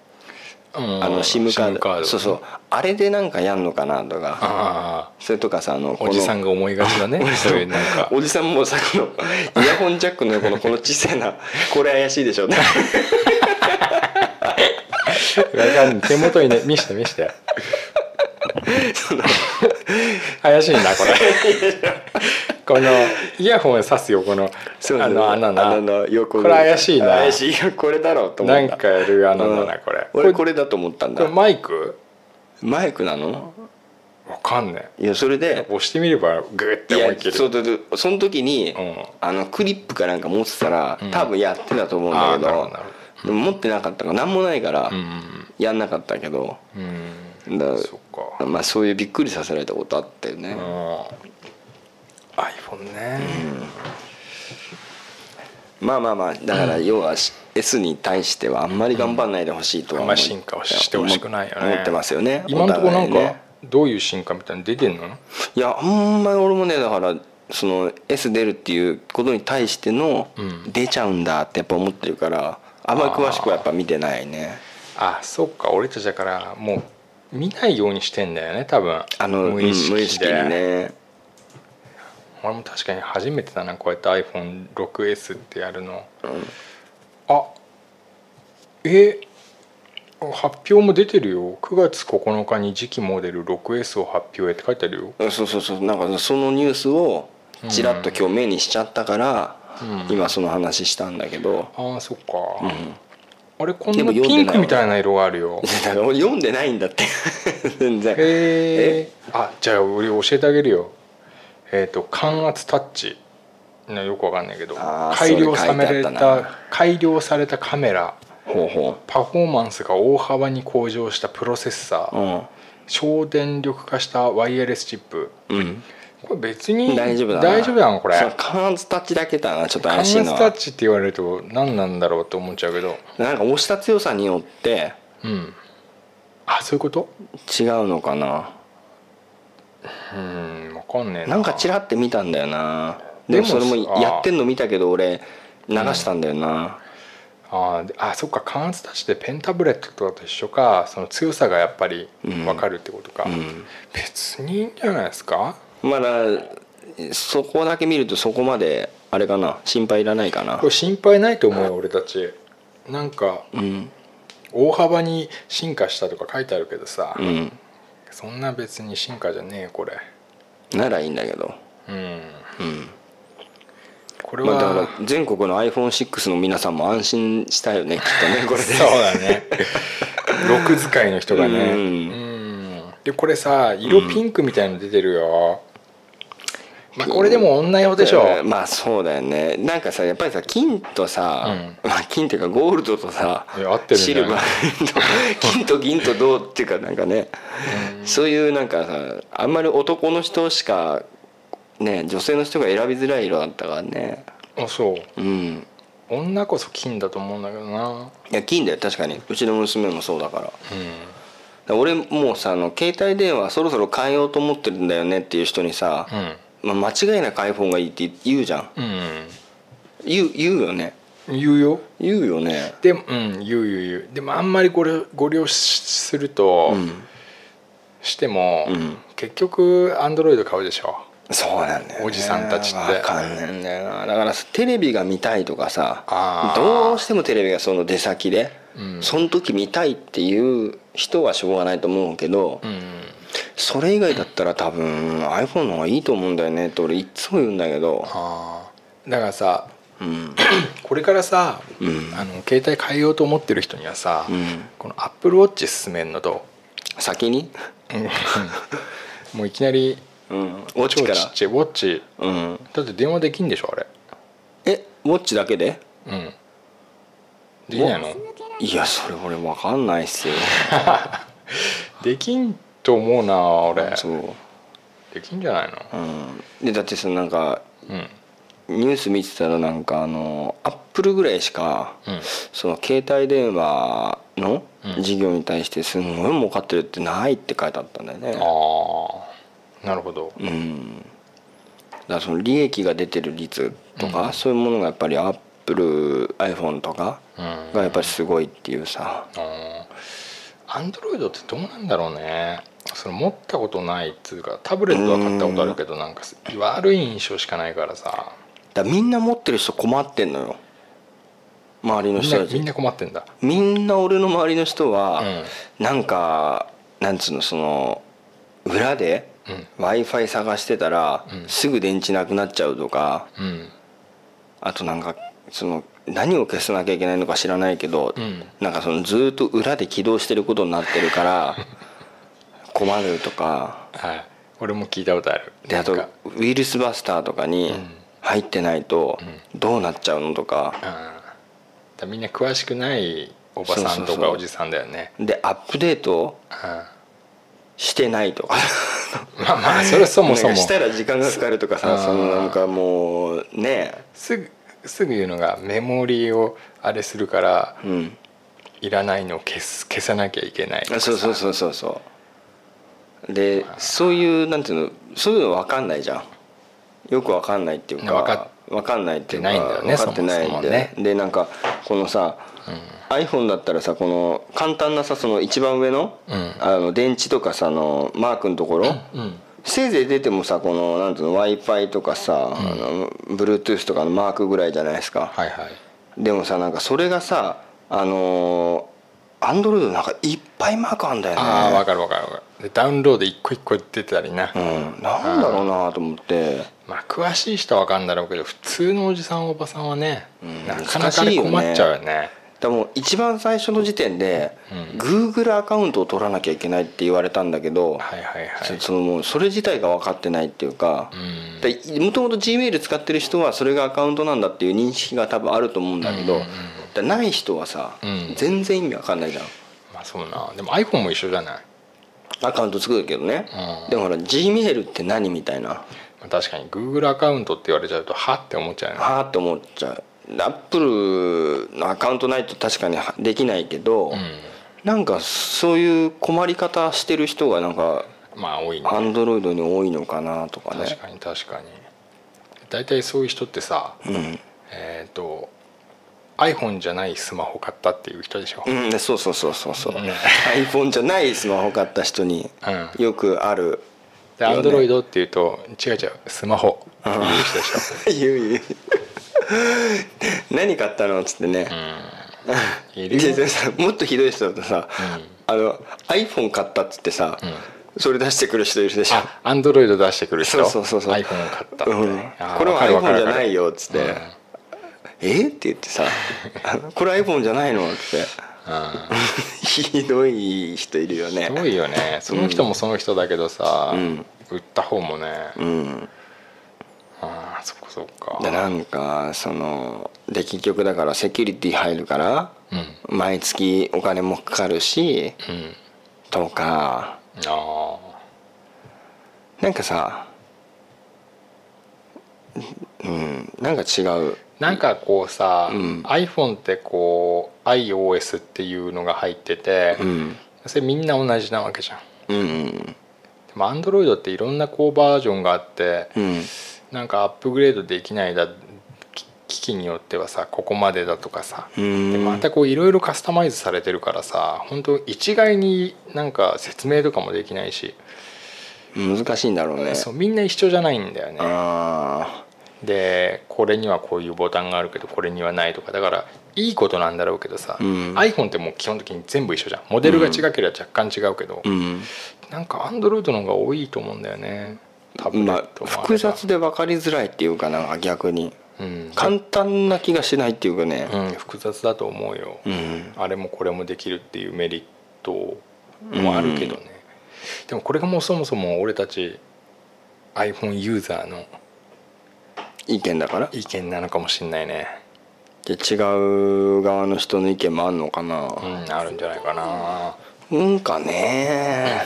Speaker 4: あの SIM カード
Speaker 3: SIM カード
Speaker 4: そうそうあれでなんかやんのかなとか
Speaker 3: あ
Speaker 4: それとかさあの
Speaker 3: あおじさん
Speaker 4: が
Speaker 3: が思いがちだねそういうなん か
Speaker 4: おじさんもさこの イヤホンジャックの横のこの小さ いなこれ怪しいでしょ
Speaker 3: わかんない手元にね見して見して怪しいなこれ このイヤホンを挿すよこの
Speaker 4: そう
Speaker 3: あの穴な
Speaker 4: 穴の横
Speaker 3: これ怪しいな
Speaker 4: 怪しい よこれだろうと思っ
Speaker 3: な
Speaker 4: た
Speaker 3: んかやる穴だなこれ
Speaker 4: 俺これだと思ったん
Speaker 3: こ
Speaker 4: だ
Speaker 3: れマイク
Speaker 4: マイクなの
Speaker 3: わかんない
Speaker 4: いやそれで
Speaker 3: 押してみればグーっ
Speaker 4: い
Speaker 3: て思
Speaker 4: や
Speaker 3: いっきり
Speaker 4: そうだってその時に、
Speaker 3: うん
Speaker 4: あのクリップかなんか持ってたら多分やってたと思うんだけど,、
Speaker 3: あーなるほどなるほ
Speaker 4: でも持ってなかったから何もないから
Speaker 3: うん
Speaker 4: やんなかったけど、
Speaker 3: うん
Speaker 4: だ
Speaker 3: そっか
Speaker 4: まあ、そういうびっくりさせられたことあったよね、
Speaker 3: うん iPhone ね
Speaker 4: まあまあまあだから要はし S に対してはあんまり頑張んないでほしいとは
Speaker 3: あん
Speaker 4: 思
Speaker 3: ま
Speaker 4: う
Speaker 3: り進化をしてほしくないよね
Speaker 4: 思ってますよね
Speaker 3: 今のところなん
Speaker 4: お互い
Speaker 3: か
Speaker 4: ね
Speaker 3: どういう進化みたいなの出てんの
Speaker 4: いやあんまり俺もねだからその S 出るっていうことに対しての
Speaker 3: うん
Speaker 4: 出ちゃうんだってやっぱ思ってるからあんまり詳しくはやっぱ見てないね
Speaker 3: あそっか俺たちだからもう見ないようにしてんだよね多分
Speaker 4: あのうん無意識にね
Speaker 3: 俺も確かに初めてだなこうやって iPhone6S ってやるの、あえ発表も出てるよ9月9日に次期モデル 6S を発表へって書いてあるよ
Speaker 4: うんそうそうそうなんかそのニュースをちらっと今日目にしちゃったから、
Speaker 3: うん
Speaker 4: 今その話したんだけど、
Speaker 3: ああそっか、あれこん
Speaker 4: でも
Speaker 3: な
Speaker 4: 読
Speaker 3: ピン
Speaker 4: んでない
Speaker 3: クみたいな色があるよ
Speaker 4: だから俺読んでないんだって 全然
Speaker 3: へえあじゃあ俺教えてあげるよえっ、と感圧タッチなよくわかんないけど
Speaker 4: あー
Speaker 3: 改良さ
Speaker 4: それ
Speaker 3: れ
Speaker 4: 書いて
Speaker 3: た
Speaker 4: あったな
Speaker 3: 改良されたカメラ
Speaker 4: ほうほ
Speaker 3: パフォーマンスが大幅に向上したプロセッサ
Speaker 4: う
Speaker 3: ー、省電力化したワイヤレスチップ
Speaker 4: うん、
Speaker 3: これ別
Speaker 4: うん、
Speaker 3: に
Speaker 4: 大丈夫だな
Speaker 3: 大丈夫なのこれ
Speaker 4: そう関圧タッチだけだなちょっと
Speaker 3: 感
Speaker 4: 怪
Speaker 3: 圧
Speaker 4: しいの
Speaker 3: タッ
Speaker 4: は
Speaker 3: チって言われると何なんだろうと思っちゃうけど
Speaker 4: なんか押した強さによって
Speaker 3: うんあそういうこと
Speaker 4: 違うのかな
Speaker 3: うんわかんねえな
Speaker 4: なんかチラって見たんだよなでも
Speaker 3: でも
Speaker 4: それもやってんの見たけど俺流したんだよな、
Speaker 3: あーであそっか感圧タッチでペンタブレットとかと一緒かその強さがやっぱり分かるってことか、
Speaker 4: ん
Speaker 3: 別にいいんじゃないですか
Speaker 4: まだそこだけ見るとそこまであれかな心配いらないかな
Speaker 3: これ心配ないと思うよ俺たちなんか
Speaker 4: うん
Speaker 3: 大幅に進化したとか書いてあるけどさ、
Speaker 4: うん
Speaker 3: そんな別に進化じゃねえよこれ
Speaker 4: ならいいんだけど、
Speaker 3: うん、これは、
Speaker 4: まあ、だから全国の iPhone6 の皆さんも安心したよねきっとねこれで
Speaker 3: そうだ ね6使いの人がねう
Speaker 4: うん
Speaker 3: んでこれさ色ピンクみたいの出てるよ、まあこれでも女用でしょ、
Speaker 4: えーまあそうだよねなんかさやっぱりさ金とさ、まあ、金っていうかゴールドとさ
Speaker 3: いや合ってるん
Speaker 4: シ
Speaker 3: じゃ
Speaker 4: ル
Speaker 3: な い
Speaker 4: バーと金と銀と銅っていうかなんかねそういうなんかさあんまり男の人しかね女性の人が選びづらい色だったからね
Speaker 3: あそう
Speaker 4: うん
Speaker 3: 女こそ金だと思うんだけどない
Speaker 4: や金だよ確かにうちの娘もそうだから俺もうさあの携帯電話そろそろ変えようと思ってるんだよねっていう人にさ、
Speaker 3: うん
Speaker 4: まあ、間違いなく iPhone がいいって言うじゃん
Speaker 3: うん
Speaker 4: 言う言うよね
Speaker 3: 言うよ
Speaker 4: 言うよね
Speaker 3: でもうん言う言う言うでもあんまりこれご利用しすると、
Speaker 4: うん
Speaker 3: しても、
Speaker 4: うん
Speaker 3: 結局アンドロイド買うでしょ
Speaker 4: そうなんだよ、ね、
Speaker 3: おじさんたちって
Speaker 4: わかんないんだよなだからさテレビが見たいとか
Speaker 3: あ
Speaker 4: さ
Speaker 3: ー
Speaker 4: どうしてもテレビがその出先で、
Speaker 3: うん
Speaker 4: その時見たいっていう人はしょうがないと思うけど、
Speaker 3: うん
Speaker 4: それ以外だったら多分 iPhone の方がいいと思うんだよねって俺いっつも言うんだけど
Speaker 3: あーだからさ
Speaker 4: うん
Speaker 3: これからさ、
Speaker 4: うん
Speaker 3: あの携帯変えようと思ってる人にはさ、
Speaker 4: うん
Speaker 3: このアップルウォッチ勧めんのと、
Speaker 4: 先に
Speaker 3: もういきなり
Speaker 4: うんウォッチ
Speaker 3: 超
Speaker 4: か
Speaker 3: ちっちゃいウォッチ
Speaker 4: らうん
Speaker 3: だって電話できんでしょあれ
Speaker 4: えウォッチだけで
Speaker 3: うんできないの
Speaker 4: いやそれ俺分かんないっすよ
Speaker 3: できんと思うな俺
Speaker 4: そう
Speaker 3: できんじゃないの
Speaker 4: うんでだってそのなんか
Speaker 3: うん
Speaker 4: ニュース見てたらなんかあのアップルぐらいしか、
Speaker 3: うん
Speaker 4: その携帯電話の
Speaker 3: うん
Speaker 4: 事業に対してすんごい儲かってるってないって書いてあったんだよね
Speaker 3: ああなるほど
Speaker 4: うんだからその利益が出てる率とか、そういうものがやっぱりアップル iPhone とか
Speaker 3: うん
Speaker 4: がやっぱりすごいっていうさ
Speaker 3: アンドロイドってどうなんだろうねそれ持ったことないっつうかタブレットは買ったことあるけどなんかす悪い印象しかないからさ
Speaker 4: だからみんな持ってる人困ってんのよ周りの
Speaker 3: みんな
Speaker 4: 人た
Speaker 3: みん
Speaker 4: ち
Speaker 3: な困ってんだ
Speaker 4: みんな俺の周りの人は、
Speaker 3: う
Speaker 4: なんかなんつうのその裏で
Speaker 3: うん
Speaker 4: w i f i 探してたら、
Speaker 3: うん
Speaker 4: すぐ電池なくなっちゃうとか
Speaker 3: うん
Speaker 4: あとなんかその何を消さなきゃいけないのか知らないけど、
Speaker 3: うん
Speaker 4: なんかそのずーっと裏で起動してることになってるから 困るとか
Speaker 3: はい俺も聞いたことある
Speaker 4: であと
Speaker 3: なんか
Speaker 4: ウイルスバスターとかに入ってないとどうなっちゃうのとか
Speaker 3: うんだからみんな詳しくないおばさん
Speaker 4: そ
Speaker 3: と
Speaker 4: うそうそ
Speaker 3: か
Speaker 4: う
Speaker 3: おじさんだよね
Speaker 4: でアップデートしてないとか
Speaker 3: うんまあまあそれはそもそ
Speaker 4: な
Speaker 3: も
Speaker 4: んかしたら時間がかかるとかさ
Speaker 3: そ
Speaker 4: そのなんかもうね
Speaker 3: すぐすぐ言うのがメモリーをあれするから
Speaker 4: うん
Speaker 3: いらないのを消す消さなきゃいけないとかさ
Speaker 4: そうそうそうそうそうでそういうなんていうのそういうの分かんないじゃんよく分かんないっていうか
Speaker 3: 分か
Speaker 4: 分かんないっていうか
Speaker 3: ないんだよね
Speaker 4: 分かってないん
Speaker 3: そもそも
Speaker 4: で、
Speaker 3: ね
Speaker 4: でなんかこのさ、iPhone だったらさこの簡単なさその一番上の,、
Speaker 3: うん
Speaker 4: あの電池とかさあのマークのところ、
Speaker 3: うん
Speaker 4: せいぜい出てもさこのなんていうの w i f i とかさ、あの Bluetooth とかのマークぐらいじゃないですか、
Speaker 3: はいはい
Speaker 4: でもさなんかそれがさあのアンドロイドなんかいっぱいマークあんだよね
Speaker 3: ああ分かる分かる分かるでダウンロード一個一個出てたりな、
Speaker 4: うん、なんだろうなと思って
Speaker 3: まあ詳しい人は分かるんだろうけど普通のおじさんおばさんはね、
Speaker 4: ん
Speaker 3: なかなかね困っちゃうよね
Speaker 4: でもう一番最初の時点で、
Speaker 3: う
Speaker 4: Google アカウントを取らなきゃいけないって言われたんだけ
Speaker 3: は
Speaker 4: ど、
Speaker 3: いはいは
Speaker 4: そ
Speaker 3: い
Speaker 4: そのもうそれ自体が分かってないっていうか
Speaker 3: うん
Speaker 4: もともと Gmail 使ってる人はそれがアカウントなんだっていう認識が多分あると思うんだけど、だない人はさ、
Speaker 3: うん
Speaker 4: 全然意味分かんないじゃん
Speaker 3: まあそうなでも iPhone も一緒じゃない、
Speaker 4: アカウント作るけどね、
Speaker 3: うん
Speaker 4: でもほら Gmail って何みたいな
Speaker 3: まあ、確かに Google アカウントって言われちゃうとはって思っちゃうよね
Speaker 4: はあって思っちゃうアップルのアカウントないと確かにはできないけど、なんかそういう困り方してる人がなんか
Speaker 3: まあ多いね
Speaker 4: アンドロイドに多いのかなとかね
Speaker 3: 確かに確かに大体そういう人ってさ、えっ、と iPhone じゃないスマホ買ったっていう人でしょ、
Speaker 4: うん、でそうそうそうそうそう、
Speaker 3: うん
Speaker 4: iPhone じゃないスマホ買った人に
Speaker 3: うん
Speaker 4: よくある、
Speaker 3: でアンドロイドっていうと違う違うスマホっていう人でしょ
Speaker 4: 言う 言う何買ったのっつってね、
Speaker 3: い
Speaker 4: いや
Speaker 3: る
Speaker 4: で
Speaker 3: よ
Speaker 4: もさもっとひどい人だとさ、あの iPhone 買ったっつってさ、それ出してくる人いるでしょ
Speaker 3: あアンドロイド出してくる人
Speaker 4: そうそうそうそう
Speaker 3: iPhone を買ったって、
Speaker 4: うん
Speaker 3: あー
Speaker 4: これ
Speaker 3: わ
Speaker 4: は
Speaker 3: かるわか
Speaker 4: iPhone
Speaker 3: る
Speaker 4: じゃ
Speaker 3: わか
Speaker 4: な
Speaker 3: る
Speaker 4: いよっつって「えっ?」って言っ てさ「これ iPhone じゃないの?」ってひどい人いるよ
Speaker 3: すご
Speaker 4: ね
Speaker 3: いよねその人もその人だけどさ、
Speaker 4: ん
Speaker 3: 売った方もね、
Speaker 4: うん
Speaker 3: ああそっかそっか
Speaker 4: でなんかそので結局だからセキュリティ入るから
Speaker 3: うん
Speaker 4: 毎月お金もかかるし
Speaker 3: うん
Speaker 4: とか
Speaker 3: ああ
Speaker 4: なんかさうんなんか違う
Speaker 3: なんかこうさ、
Speaker 4: うん
Speaker 3: iPhone ってこう iOS っていうのが入ってて、
Speaker 4: うん
Speaker 3: それみんな同じなわけじゃん
Speaker 4: うん
Speaker 3: まあ Android っていろんなこうバージョンがあって、
Speaker 4: うん
Speaker 3: なんかアップグレードできないだき機器によってはさここまでだとかさ、
Speaker 4: うん
Speaker 3: でまたこういろいろカスタマイズされてるからさ本当一概になんか説明とかもできないし、
Speaker 4: 難しいんだろうね
Speaker 3: そうみんな一緒じゃないんだよね。
Speaker 4: あ
Speaker 3: でこれにはこういうボタンがあるけどこれにはないとかだからいいことなんだろうけどさ、
Speaker 4: うん
Speaker 3: iPhone ってもう基本的に全部一緒じゃんモデルが違ければ若干違うけど、
Speaker 4: あうん
Speaker 3: なんか Android の方が多いと思うんだよねタブレ
Speaker 4: ま
Speaker 3: ッ
Speaker 4: あ
Speaker 3: トもあれば
Speaker 4: 複雑で分かりづらいっていうかなんか逆に
Speaker 3: うん、
Speaker 4: 簡単な気がしないっていうかね
Speaker 3: うん、複雑だと思うよ、
Speaker 4: うん
Speaker 3: あれもこれもできるっていうメリットもあるけどね、でもこれがもうそもそも俺たち iPhone ユーザーの
Speaker 4: 意見だから
Speaker 3: 意見なのかもしんないね
Speaker 4: で違う側の人の意見もあんのかな
Speaker 3: うんあるんじゃないかな
Speaker 4: うんかね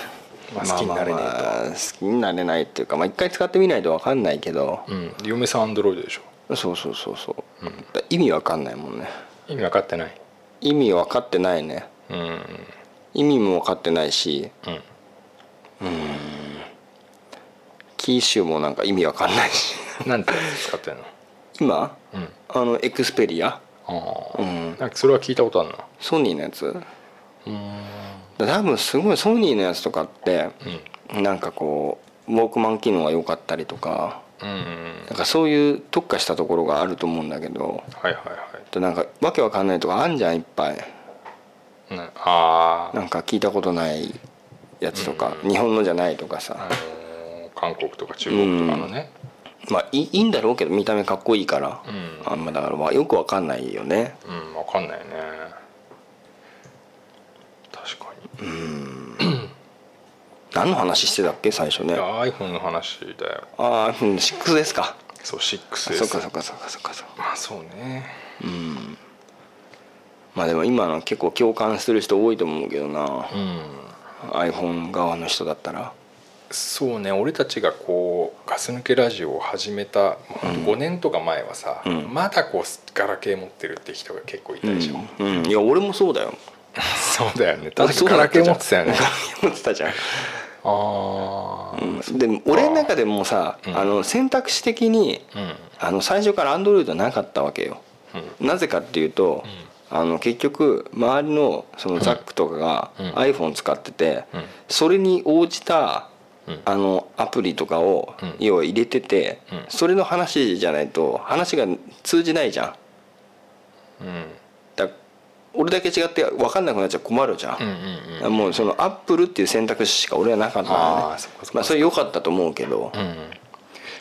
Speaker 3: まあ好きになれねえと
Speaker 4: まあまあ好きになれないっていうかまあ一回使ってみないと分かんないけど
Speaker 3: うん嫁さんアンドロイドでしょ
Speaker 4: そうそうそうそう、意味分かんないもんね
Speaker 3: 意味分かってない
Speaker 4: 意味分かってないね
Speaker 3: うんうん
Speaker 4: 意味も分かってないしキーシュもなんか意味分かんないし
Speaker 3: なんてやつ使ってんの
Speaker 4: 今
Speaker 3: うん
Speaker 4: あのエクスペリア
Speaker 3: あ
Speaker 4: う
Speaker 3: あ
Speaker 4: ん
Speaker 3: なんかそれは聞いたことあるな
Speaker 4: ソニーのやつ
Speaker 3: うん
Speaker 4: だ多分すごいソニーのやつとかってなんかこうウォークマン機能が良かったりとか
Speaker 3: うんうん
Speaker 4: なんかそういう特化したところがあると思うんだけど
Speaker 3: はいはいは
Speaker 4: でなんかわけわかんないとかあんじゃんいっぱい
Speaker 3: いなあ
Speaker 4: なんか聞いたことないやつとか、日本のじゃないとか
Speaker 3: ああ
Speaker 4: さ、
Speaker 3: のー韓国とか中国とかのね
Speaker 4: まあいいいんだろうけど見た目かっこいいから、
Speaker 3: うん
Speaker 4: あんまだからまあよくわかんないよね
Speaker 3: うん分かんないね確かに
Speaker 4: 何の話してたっけ最初
Speaker 3: い
Speaker 4: ね
Speaker 3: や iPhone の話だよ
Speaker 4: ああうん6ですか
Speaker 3: そう
Speaker 4: あ
Speaker 3: 6S
Speaker 4: そっかそっかそっかそっかそっか
Speaker 3: まあそうね
Speaker 4: まあでも今の結構共感する人多いと思うけどな、
Speaker 3: うん
Speaker 4: iPhone 側の人だったら
Speaker 3: そうね俺たちがこうガス抜けラジオを始めた5年とか前はさ、
Speaker 4: うん
Speaker 3: まだこうガラケー持ってるって人が結構いたでしょ、
Speaker 4: うん、いや俺もそうだよ
Speaker 3: そうだよね
Speaker 4: 俺
Speaker 3: 確か
Speaker 4: そう
Speaker 3: ガ
Speaker 4: だ
Speaker 3: ラ
Speaker 4: った
Speaker 3: ケー
Speaker 4: じ
Speaker 3: 持
Speaker 4: ゃん
Speaker 3: ってたよね
Speaker 4: 持ってたじゃん
Speaker 3: ああ
Speaker 4: うんでも俺の中でもさ、
Speaker 3: うん
Speaker 4: あの選択肢的に
Speaker 3: うん
Speaker 4: あの最初から Android なかったわけよ
Speaker 3: うん
Speaker 4: なぜかっていうと、あの結局周りのそのザックとかが
Speaker 3: うん
Speaker 4: iPhone 使ってて、
Speaker 3: うん
Speaker 4: それに応じた
Speaker 3: うん
Speaker 4: あのアプリとかを
Speaker 3: うん
Speaker 4: 要は入れてて、
Speaker 3: うん
Speaker 4: それの話じゃないと話が通じないじゃん
Speaker 3: うん
Speaker 4: だ俺だけ違って分かんなくなっちゃ困るじゃん
Speaker 3: うんうん、うん
Speaker 4: もうそのアップルっていう選択肢しか俺はなかったのね
Speaker 3: あーそっかそっか
Speaker 4: まあそれ良かったと思うけど、
Speaker 3: うん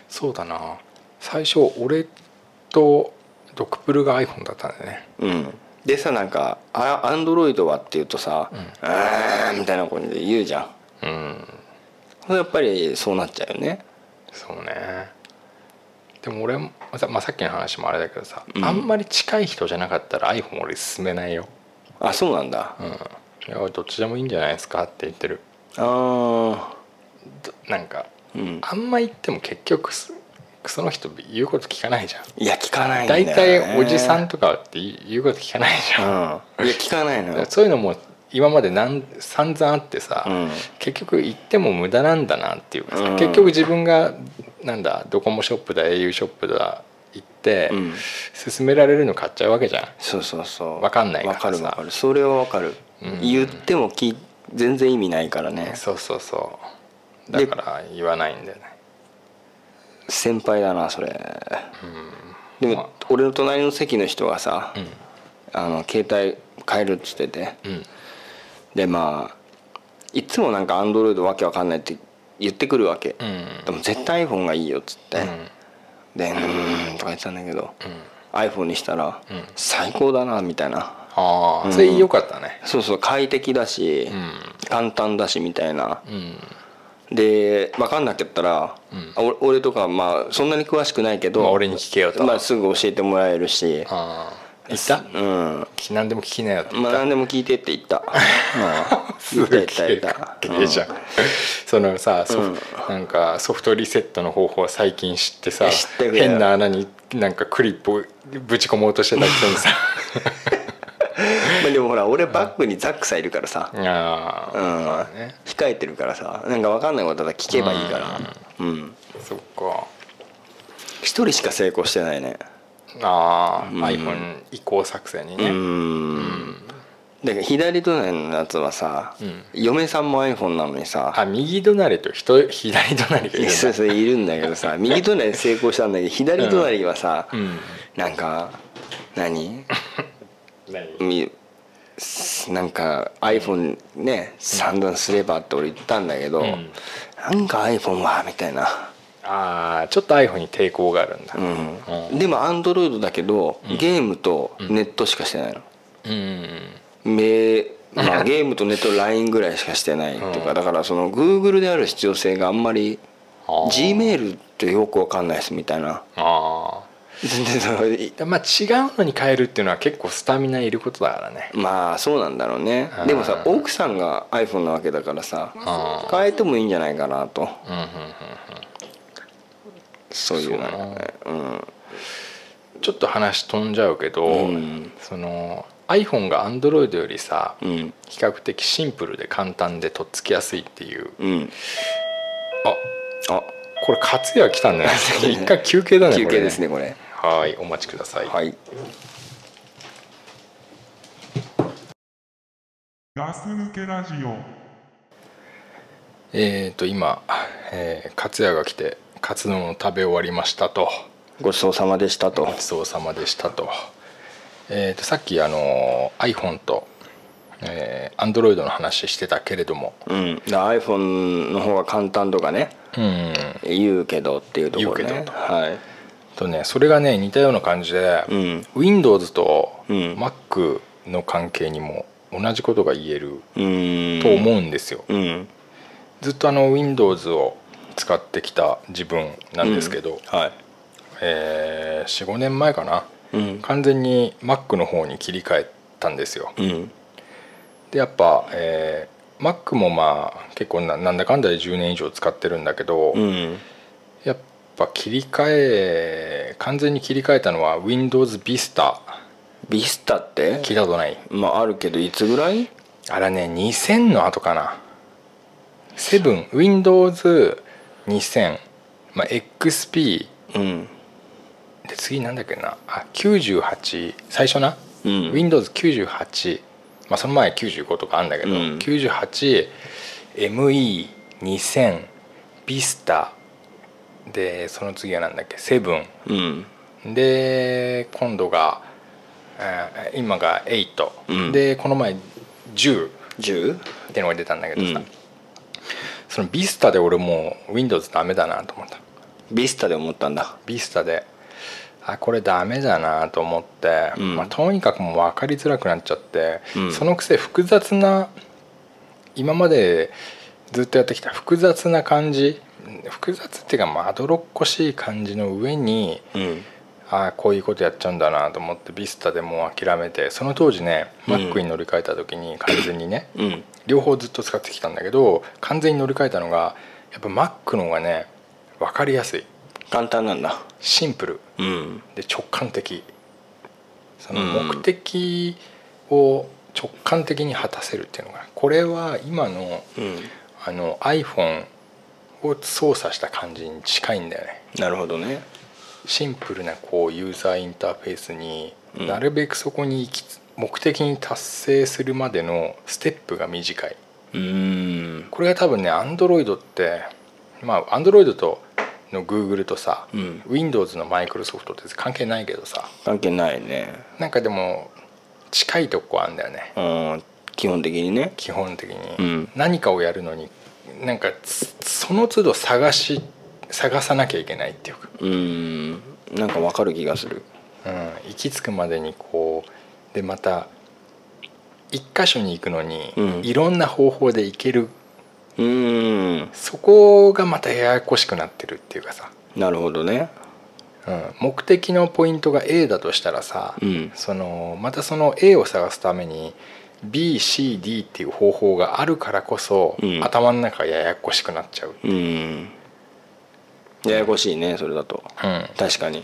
Speaker 3: そうだな最初俺とドクプルが iPhone だったんだよね
Speaker 4: うん、でさなんか「あアンドロイドは?」っていうとさ「うーん」みたいなことで言うじゃ
Speaker 3: う
Speaker 4: ん
Speaker 3: ん
Speaker 4: それやっぱりそうなっちゃうよね
Speaker 3: そうねでも俺もさ,、まあ、さっきの話もあれだけどさ、あんまり近い人じゃなかったら iPhone 俺勧めないよ、
Speaker 4: あそうなんだ、
Speaker 3: うん、いやどっちでもいいんじゃないですかって言ってる
Speaker 4: あ
Speaker 3: どなんか
Speaker 4: ーうん
Speaker 3: あんま言っても結局すその人言うこと聞かないじゃん
Speaker 4: いや聞かないんだ
Speaker 3: 大
Speaker 4: よ、ね、
Speaker 3: 体おじさんとかって言う言うこと聞かないじ
Speaker 4: うんい
Speaker 3: ゃん、
Speaker 4: や聞かないの
Speaker 3: だか
Speaker 4: よ
Speaker 3: らそう いうのも今までなん散々あってさ、
Speaker 4: うん
Speaker 3: 結局行っても無駄なんだなっていうかさ、
Speaker 4: うん
Speaker 3: 結局自分がなんだドコモショップだ au ショップだ行って、
Speaker 4: うん
Speaker 3: 勧められるの買っちゃうわけじゃん
Speaker 4: そうそうそう
Speaker 3: わかんないからさ
Speaker 4: わかるわかるそれはわかる、
Speaker 3: うん
Speaker 4: 言っても聞い全然意味ないからね
Speaker 3: そうそうそうだ
Speaker 4: で
Speaker 3: から言わないんだよね
Speaker 4: 先輩だなそれ、
Speaker 3: まあ
Speaker 4: でも俺の隣の席の人がさ、
Speaker 3: ん
Speaker 4: あの携帯変えるっつってて
Speaker 3: うん
Speaker 4: でまあいつもなんかアンドロイドわけわかんないって言ってくるわけ、
Speaker 3: うん
Speaker 4: でも絶対 iPhone がいいよっつって、
Speaker 3: うん
Speaker 4: で「うーん」とか言ってたんだけど、
Speaker 3: うん
Speaker 4: iPhone にしたら
Speaker 3: うん
Speaker 4: 最高だなみたいな
Speaker 3: ああ、それ良かったね
Speaker 4: そうそう快適だし、
Speaker 3: うん
Speaker 4: 簡単だしみたいな
Speaker 3: うん
Speaker 4: で分かんなかったら、
Speaker 3: うん
Speaker 4: あ俺俺とかまあそんなに詳しくないけど、
Speaker 3: まあ俺に聞けよと
Speaker 4: まあ、すぐ教えてもらえるし
Speaker 3: ああ言った
Speaker 4: うん
Speaker 3: き何でも聞きなよって言
Speaker 4: ま
Speaker 3: っ
Speaker 4: あ
Speaker 3: た、
Speaker 4: 何でも聞いてって言 った、うん、言った言った言っ
Speaker 3: か
Speaker 4: た
Speaker 3: っけえじゃん、そのさソフ、なんかソフトリセットの方法は最近知ってさ
Speaker 4: 知ってるよ
Speaker 3: 変な 穴になんかクリップをぶち込もうとしてた人にさ
Speaker 4: まあでもほら俺バックにザックさんいるからさ、
Speaker 3: ああ、
Speaker 4: うん
Speaker 3: まあね
Speaker 4: 控えてるからさなんか分かんないことだったら聞けばいいからうん
Speaker 3: そっか
Speaker 4: 一人しか成功してないね
Speaker 3: ああ、
Speaker 4: ん
Speaker 3: iPhone 移行作戦に
Speaker 4: う
Speaker 3: ね、
Speaker 4: んだから左隣のやつはさ、
Speaker 3: うん
Speaker 4: 嫁さんも iPhone なのにさ
Speaker 3: あ右隣と人左隣がいるんだ
Speaker 4: そうそういるんだけど さ右隣成功したんだけど左隣はさ、
Speaker 3: うん
Speaker 4: なんか何
Speaker 3: 何
Speaker 4: みなんか iPhone ね散々すればって俺言ったんだけど、
Speaker 3: ん
Speaker 4: なんか iPhone はみたいな、
Speaker 3: ああちょっと iPhone に抵抗があるんだ
Speaker 4: う
Speaker 3: うんうん
Speaker 4: でも Android だけど、ゲームとネットしかしてないの、
Speaker 3: ん
Speaker 4: め まあ、ゲームとネット LINE ぐらいしかしてないっていうか、だからその Google である必要性があんまり
Speaker 3: あー
Speaker 4: Gmail ってよくわかんないですみたいな
Speaker 3: あ
Speaker 4: 全然そのい
Speaker 3: あまあ違うのに変えるっていうのは結構スタミナいることだからね
Speaker 4: まあそうなんだろうね
Speaker 3: うん
Speaker 4: でもさ奥さんが iPhone なわけだからさ
Speaker 3: あ
Speaker 4: 変えてもいいんじゃないかなと
Speaker 3: うんうんうん
Speaker 4: そういうのがねうん
Speaker 3: ちょっと話飛んじゃうけど、
Speaker 4: うん
Speaker 3: その iPhone が Android よりさ
Speaker 4: うん
Speaker 3: 比較的シンプルで簡単でとっつきやすいっていう
Speaker 4: うん
Speaker 3: あ
Speaker 4: あ
Speaker 3: これ勝也来たんじゃないですか一回休憩だね
Speaker 4: 休
Speaker 3: これ
Speaker 4: 憩ですねこれ
Speaker 3: はいお待ちください、
Speaker 4: はい
Speaker 1: ガス抜けラジオ
Speaker 3: えっ、と今、えー、勝也が来てカツ丼を食べ終わりましたと
Speaker 4: ごちそうさまでしたと
Speaker 3: ごちそうさまでしたと,、えー、とさっきあの iPhone と、えー、Android の話してたけれども
Speaker 4: うんだから iPhone の方が簡単とかね
Speaker 3: うん
Speaker 4: 言うけどっていうところ
Speaker 3: 言う
Speaker 4: ね
Speaker 3: けど
Speaker 4: はい
Speaker 3: とねそれがね似たような感じで、
Speaker 4: うん
Speaker 3: Windows と
Speaker 4: うん
Speaker 3: Mac の関係にも同じことが言える
Speaker 4: うん
Speaker 3: と思うんですよ、
Speaker 4: うん
Speaker 3: ずっとあの Windows を使ってきた自分なんですけど、
Speaker 4: はい
Speaker 3: えー、45年前かな、
Speaker 4: うん
Speaker 3: 完全に Mac の方に切り替えたんですよ
Speaker 4: うん
Speaker 3: でやっぱ、えー、Mac もまあ結構ななんだかんだで10年以上使ってるんだけど、
Speaker 4: うん
Speaker 3: やっぱ切り替え完全に切り替えたのは Windows Vista
Speaker 4: ビスタって
Speaker 3: 聞いたことない
Speaker 4: まああるけどいつぐらい
Speaker 3: あらね2000の後かな 7Windows2000、まあ、XP
Speaker 4: うん
Speaker 3: で次なんだっけなあ98最初な、
Speaker 4: うん
Speaker 3: Windows98、まあ、その前95とかあんだけど、
Speaker 4: うん
Speaker 3: 98ME2000 Vista でその次はなんだっけ7
Speaker 4: うん
Speaker 3: で今度がえー今が8、
Speaker 4: うん
Speaker 3: でこの前10
Speaker 4: 10?
Speaker 3: ってのが出たんだけどさ、
Speaker 4: うん
Speaker 3: その Vista で俺もう Windows ダメだなと思った
Speaker 4: ビスタで思ったんだ
Speaker 3: Vista であこれダメだなと思って、
Speaker 4: うん
Speaker 3: まあ、とにかくもう分かりづらくなっちゃって、
Speaker 4: うん
Speaker 3: そのくせ複雑な今までずっとやってきた複雑な感じ複雑っていうかまどろっこしい感じの上に
Speaker 4: うん
Speaker 3: ああこういうことやっちゃうんだなと思ってビスタでもう諦めてその当時ね
Speaker 4: うん
Speaker 3: Mac に乗り換えた時に完全にね、
Speaker 4: うん
Speaker 3: 両方ずっと使ってきたんだけど完全に乗り換えたのがやっぱ Mac の方がね分かりやすい
Speaker 4: 簡単なんだ
Speaker 3: シンプル
Speaker 4: うん
Speaker 3: で直感的その
Speaker 4: うん
Speaker 3: 目的を直感的に果たせるっていうのがこれは今の
Speaker 4: うん
Speaker 3: あの iPhone を操作した感じに近いんだよね
Speaker 4: なるほどね
Speaker 3: シンプルなこうユーザーインターフェースに
Speaker 4: うん
Speaker 3: なるべくそこに行きつ目的に達成するまでのステップが短い
Speaker 4: うん
Speaker 3: これが多分ね Android ってまあ Android との Google とさ、
Speaker 4: うん
Speaker 3: Windows の Microsoft って関係ないけどさ
Speaker 4: 関係ないね
Speaker 3: なんかでも近いとこあんだよね
Speaker 4: うん基本的にね
Speaker 3: 基本的に、
Speaker 4: うん
Speaker 3: 何かをやるのになんかつその都度探し探さなきゃいけないっていうか、
Speaker 4: うんなんかわかる気がする
Speaker 3: うん、行き着くまでにこうでまた一箇所に行くのに、
Speaker 4: うん
Speaker 3: いろんな方法で行ける
Speaker 4: うん
Speaker 3: そこがまたややこしくなってるっていうかさ
Speaker 4: なるほどね
Speaker 3: うん、目的のポイントが A だとしたらさ、
Speaker 4: うん
Speaker 3: そのまたその A を探すために BCD っていう方法があるからこそ、
Speaker 4: うん
Speaker 3: 頭の中がややこしくなっちゃう、
Speaker 4: うんややこしいねそれだと
Speaker 3: うん、
Speaker 4: 確かに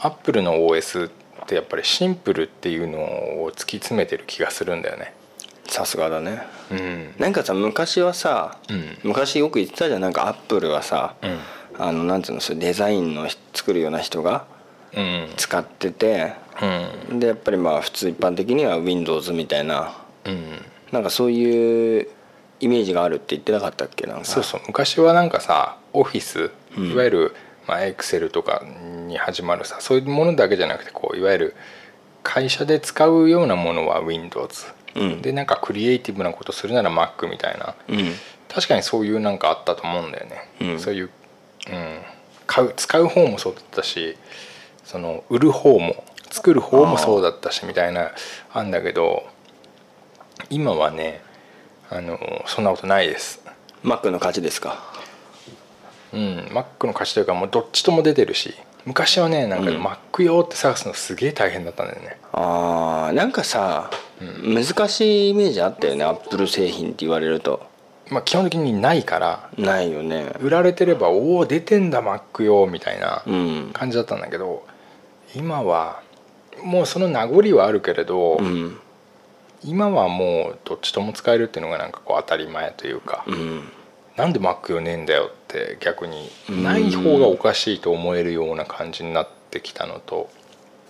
Speaker 3: アップルの OS ってやっぱりシンプルっていうのを突き詰めてる気がするんだよね
Speaker 4: さすがだね
Speaker 3: うん
Speaker 4: なんかさ昔はさ、
Speaker 3: うん
Speaker 4: 昔よく言ってたじゃんなんかアップルはさ、
Speaker 3: うん
Speaker 4: あのなんつうのそういうデザインのひ作るような人が
Speaker 3: うん
Speaker 4: 使ってて
Speaker 3: うん
Speaker 4: でやっぱりまあ普通一般的には Windows みたいな
Speaker 3: うん
Speaker 4: なんかそういうイメージがあるって言ってなかったっけなんか
Speaker 3: そうそう昔はなんかさオフィス
Speaker 4: うん
Speaker 3: いわゆるまあエクセルとかに始まるさそういうものだけじゃなくてこういわゆる会社で使うようなものは Windows、
Speaker 4: うん
Speaker 3: でなんかクリエイティブなことするなら Mac みたいな、
Speaker 4: うん
Speaker 3: 確かにそういうなんかあったと思うんだよね、
Speaker 4: うん
Speaker 3: そういう、うん、買う使う方もそうだったしその売る方も作る方もそうだったしみたいなあんだけど今はねあのそんなことないです。
Speaker 4: Mac の勝ちですか
Speaker 3: うん、Mac の価値というかもうどっちとも出てるし昔はねなんか
Speaker 4: うん
Speaker 3: Mac 用って探すのすげえ大変だったんだよね、
Speaker 4: あーなんかさ、難しいイメージあったよねアップル製品って言われると
Speaker 3: まあ、基本的にないから
Speaker 4: ないよね
Speaker 3: 売られてればおお出てんだ Mac 用みたいな
Speaker 4: うん
Speaker 3: 感じだったんだけど今はもうその名残はあるけれど、
Speaker 4: うん
Speaker 3: 今はもうどっちとも使えるっていうのがなんかこう当たり前というか、
Speaker 4: うん
Speaker 3: なんで Mac 用ねえんだよって逆にない方がおかしいと思えるような感じになってきたのと。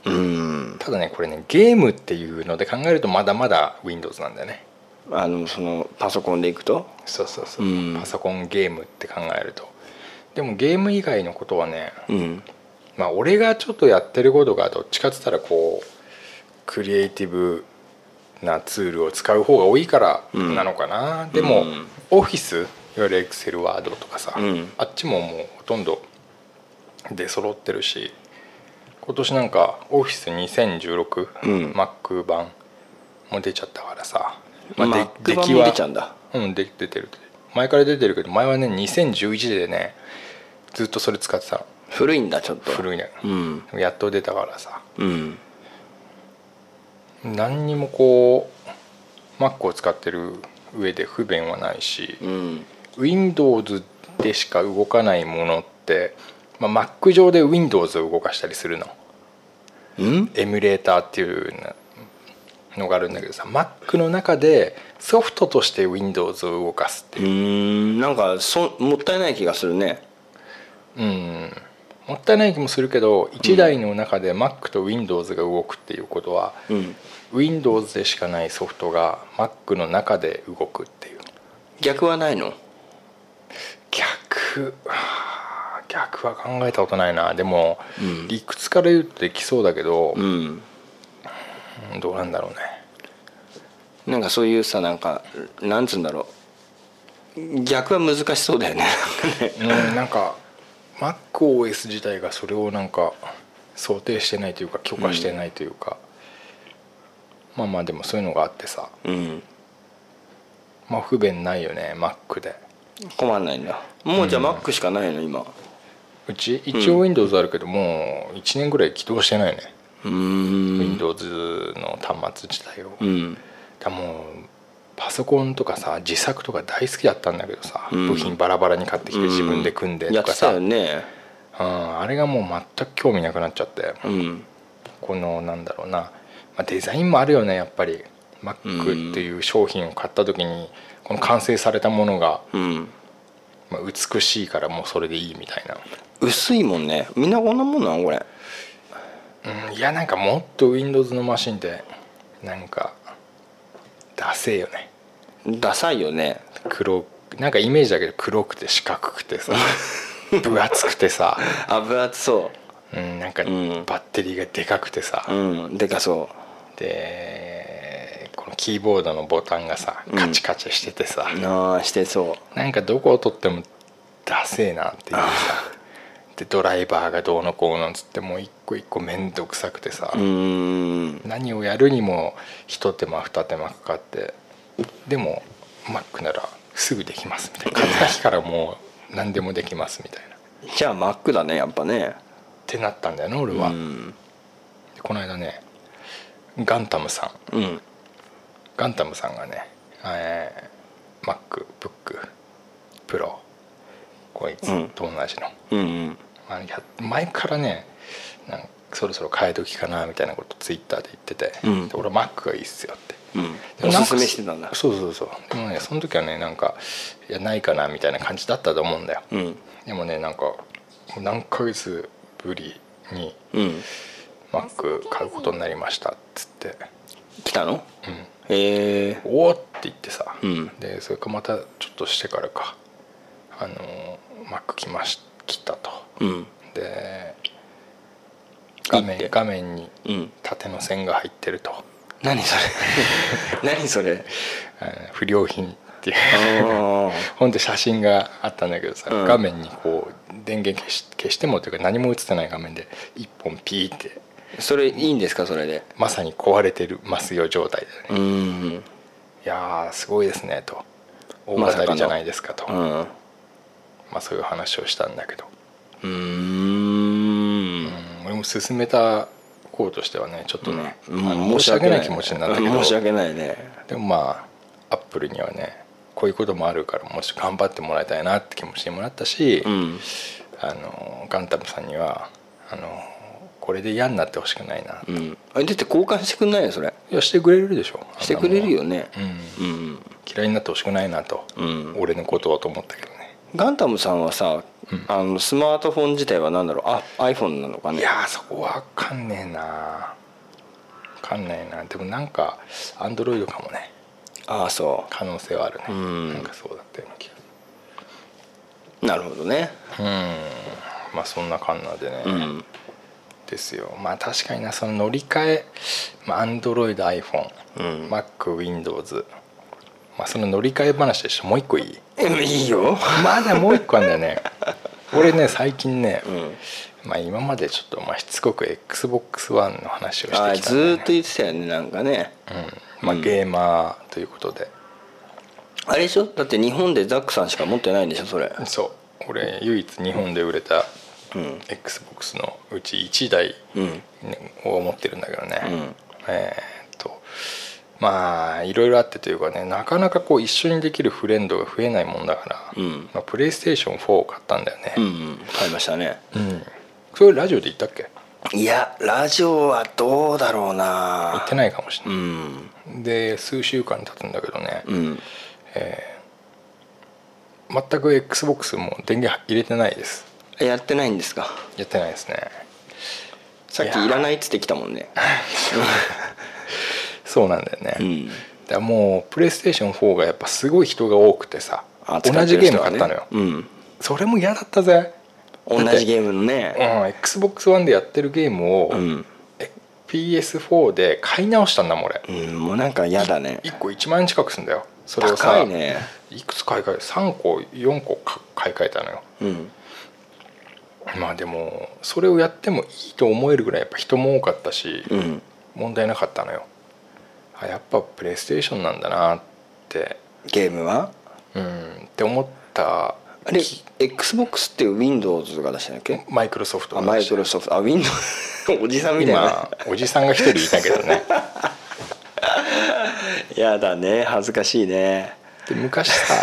Speaker 4: うん
Speaker 3: ただねこれねゲームっていうので考えるとまだまだ Windows なんだよね
Speaker 4: あのそのパソコンでいくと
Speaker 3: そうそうそう、
Speaker 4: うん
Speaker 3: パソコンゲームって考えるとでもゲーム以外のことはね
Speaker 4: うん
Speaker 3: まあ俺がちょっとやってることがどっちかっつったらこうクリエイティブなツールを使う方が多いから
Speaker 4: うん
Speaker 3: なのかな、でも、
Speaker 4: うん
Speaker 3: オフィスいわゆる Excel ワードとかさ、
Speaker 4: うん
Speaker 3: あっちももうほとんど出揃ってるし今年なんかオフィス
Speaker 4: うん
Speaker 3: 2016 Mac 版も出ちゃったからさ、
Speaker 4: まあ、
Speaker 3: で出
Speaker 4: Mac 版
Speaker 3: 来
Speaker 4: も
Speaker 3: は
Speaker 4: 出ちゃうんだ
Speaker 3: うんで出てる前から出てるけど前はね2011でねずっとそれ使ってたの
Speaker 4: 古いんだちょっと
Speaker 3: 古いね
Speaker 4: うん
Speaker 3: やっと出たからさ
Speaker 4: うん
Speaker 3: 何にもこう Mac を使ってる上で不便はないし
Speaker 4: うん
Speaker 3: Windows でしか動かないものって、まあ、Mac 上で Windows を動かしたりするの
Speaker 4: うん
Speaker 3: エミュレーターっていうのがあるんだけどさ Mac の中でソフトとして Windows を動かすって
Speaker 4: う
Speaker 3: いう、
Speaker 4: んなんかそもったいない気がするね
Speaker 3: うん、もったいない気もするけど1台の中で Mac と Windows が動くっていうことは、
Speaker 4: うん
Speaker 3: Windows でしかないソフトが Mac の中で動くっていう
Speaker 4: 逆はないの
Speaker 3: 逆はあ逆は考えたことないなでも、
Speaker 4: うん
Speaker 3: 理屈から言うとできそうだけど
Speaker 4: う、ん
Speaker 3: うんどうなんだろうね
Speaker 4: なんかそういうさなんかなんつうんだろう逆は難しそうだよね
Speaker 3: うんなんか MacOS 自体がそれをなんか想定してないというか許可してないというか、まあまあでもそういうのがあってさ
Speaker 4: うん
Speaker 3: まあ不便ないよね Mac で
Speaker 4: 困んないんだもうじゃあ Mac しかないの今
Speaker 3: うち一応 Windows あるけどもう1年ぐらい起動してないね、
Speaker 4: うーん
Speaker 3: Windows の端末自体を、
Speaker 4: うん
Speaker 3: だからもうパソコンとかさ自作とか大好きだったんだけどさ、
Speaker 4: うん
Speaker 3: 部品バラバラに買ってきて自分で組んで
Speaker 4: や
Speaker 3: と
Speaker 4: って
Speaker 3: か
Speaker 4: た
Speaker 3: さ、
Speaker 4: よね
Speaker 3: うんあれがもう全く興味なくなっちゃって
Speaker 4: うん
Speaker 3: このなんだろうな、まあ、デザインもあるよねやっぱり Mac っていう商品を買った時にこの完成されたものが、
Speaker 4: うん
Speaker 3: まあ、美しいからもうそれでいいみたい
Speaker 4: 薄いもんねみんなこんなもんなんこれ
Speaker 3: な、うん、いやなんかもっと Windows のマシンでなんかダセえよね
Speaker 4: ダサいよ ね
Speaker 3: 黒なんかイメージだけど黒くて四角くてさ 分厚くてさ、
Speaker 4: あ分厚そ
Speaker 3: うん、なんかバ
Speaker 4: ん
Speaker 3: ッテリーがでかくてさ、
Speaker 4: ううんでかそ
Speaker 3: でこのキーボードのボタンがさ
Speaker 4: うん
Speaker 3: カチカチしててさ、
Speaker 4: うなあしてそ
Speaker 3: なんかどこを取ってもダセえなってい うさでドライバーがどうのこうのっつってもう一個一個面倒くさくてさ、
Speaker 4: ううーん
Speaker 3: 何をやるにも一手間二手間かかってでも Mac ならすぐできますみたいな買った日からもう何でもできますみたいなっ
Speaker 4: じゃあ Mac だねやっぱね
Speaker 3: てなったんだよね俺
Speaker 4: う
Speaker 3: は、
Speaker 4: ん
Speaker 3: でこの間ねガンタムさん
Speaker 4: うん
Speaker 3: ガンタムさんがね、えー、MacBook Pro こいつ
Speaker 4: うん
Speaker 3: と同じの、
Speaker 4: うん
Speaker 3: まあ、や前からねなんかそろそろ変え時かなみたいなことツイッターで言ってて、
Speaker 4: うん
Speaker 3: で俺マックがいいっすよって
Speaker 4: うんおすすめしてたんだ
Speaker 3: そうそうそうでもねその時はねなんかいやないかなみたいな感じだったと思うんだよ、
Speaker 4: うん
Speaker 3: でもねなんかもう何ヶ月ぶりに
Speaker 4: うん
Speaker 3: マック買うことになりましたっつって
Speaker 4: 来たの
Speaker 3: うん
Speaker 4: へえ
Speaker 3: おおって言ってさ、
Speaker 4: うん
Speaker 3: でそれかまたちょっとしてからかあのーマック来まし来たと
Speaker 4: うん
Speaker 3: で画
Speaker 4: いいって
Speaker 3: 面画面に
Speaker 4: うん
Speaker 3: 縦の線が入ってると、
Speaker 4: 何それ何それ
Speaker 3: あの不良品っていう
Speaker 4: あ
Speaker 3: ほんで写真があったんだけどさ、
Speaker 4: うん
Speaker 3: 画面にこう電源消し消してもというか何も映ってない画面で一本ピーって
Speaker 4: ー それいいんですかそれで
Speaker 3: まさに壊れてるますよ状態だよね、
Speaker 4: うん
Speaker 3: いやーすごいですねと大
Speaker 4: まさ
Speaker 3: 当
Speaker 4: かの
Speaker 3: たりじゃないですかと、
Speaker 4: う
Speaker 3: ま
Speaker 4: ん
Speaker 3: あ、そういう話をしたんだけど、
Speaker 4: う
Speaker 3: うんん、俺も勧めた方としてはねちょっとね、
Speaker 4: うん
Speaker 3: あの申し訳ない気持ちになったけ
Speaker 4: うん
Speaker 3: ど
Speaker 4: 申し訳ないね
Speaker 3: でもまあアップルにはねこういうこともあるからもうちょっと頑張ってもらいたいなって気持ちにもなったし、
Speaker 4: うん
Speaker 3: あのガンタムさんにはあのこれで嫌になってほしくないな、い
Speaker 4: うんあだって交換してくんないよそれ
Speaker 3: やしてくれるでしょ
Speaker 4: してくれるよ
Speaker 3: ね、
Speaker 4: ね
Speaker 3: うん、
Speaker 4: うん
Speaker 3: 嫌いになってほしくないなと、
Speaker 4: うん
Speaker 3: 俺のことをと思ったけどね
Speaker 4: ガンタムさんはさ、あのスマートフォン自体は何だろうあ iPhone なのかね
Speaker 3: いやーそこわかんねえなわかんないなでもなんかアンドロイドかもね
Speaker 4: ああそ
Speaker 3: 可能性はあるね、
Speaker 4: うん
Speaker 3: なんかそうだったような気がする
Speaker 4: うなるほどね
Speaker 3: うんまあそんなかんなでね、
Speaker 4: うん
Speaker 3: ですよまあ確かになその乗り換えまあ AndroidiPhone、
Speaker 4: うん
Speaker 3: MacWindows、まあ、その乗り換え話でしてもう一個いい
Speaker 4: えいいよ
Speaker 3: まだもう一個あんだよね 俺ね最近ね、
Speaker 4: うん
Speaker 3: まあ、今までちょっとまあしつこく XBOX1 の話をしてきたん
Speaker 4: あ
Speaker 3: だ
Speaker 4: あ
Speaker 3: よ、ね、
Speaker 4: ずーっと言ってたよねなんかね
Speaker 3: うんまあ、ゲーマーということで、
Speaker 4: あれでしょだって日本でザックさんしか持ってないんでしょそれ
Speaker 3: そう俺唯一日本で売れた
Speaker 4: うん
Speaker 3: XBOX のうち1台
Speaker 4: うん
Speaker 3: ねを持ってるんだけどね、
Speaker 4: うん
Speaker 3: えーっとまあいろいろあってというかねなかなかこう一緒にできるフレンドが増えないもんだから、
Speaker 4: うん
Speaker 3: まあ、プレイステーション4を買ったんだよね
Speaker 4: うん、うん買いましたね
Speaker 3: うんそれラジオで言ったっけ
Speaker 4: いやラジオはどうだろうな
Speaker 3: 言ってないかもしれな
Speaker 4: う
Speaker 3: い、
Speaker 4: ん
Speaker 3: で数週間経つんだけどね、
Speaker 4: うん
Speaker 3: えー全く XBOX も電源入れてないです
Speaker 4: やってないんですか
Speaker 3: やってないですね
Speaker 4: さっ
Speaker 3: いや
Speaker 4: きいらないっつってきたもんね
Speaker 3: そうなんだよね、
Speaker 4: うん
Speaker 3: だからもうプレイステーション4がやっぱすごい人が多くてさ、
Speaker 4: あ使
Speaker 3: 同
Speaker 4: って
Speaker 3: じ
Speaker 4: る
Speaker 3: ゲー
Speaker 4: 人
Speaker 3: ム
Speaker 4: が
Speaker 3: 買
Speaker 4: ね
Speaker 3: ったのよ、
Speaker 4: うん
Speaker 3: それも嫌だったぜ
Speaker 4: 同じゲームの
Speaker 3: うん
Speaker 4: ね
Speaker 3: XBOX1 でやってるゲームを、
Speaker 4: うん
Speaker 3: PS4 で買い直したんだもん俺
Speaker 4: うんもうなんか嫌だね
Speaker 3: 1個1万円近くすんだよそれをさ
Speaker 4: 高いね
Speaker 3: いくつ買い替え3個4個か買い替えたのよ
Speaker 4: うん
Speaker 3: まあでもそれをやってもいいと思えるぐらいやっぱ人も多かったし、
Speaker 4: うん
Speaker 3: 問題なかったのよあやっぱプレイステーションなんだなって
Speaker 4: ゲームは
Speaker 3: うんって思った
Speaker 4: あれ XBOX って Windows が出したんだっけ
Speaker 3: マイクロソフト
Speaker 4: あ
Speaker 3: の
Speaker 4: マイ
Speaker 3: 話
Speaker 4: クロソフトあ Windows おじさんみたいな
Speaker 3: 今おじさんが一人いたけどね
Speaker 4: やだね恥ずかしいね
Speaker 3: で昔さ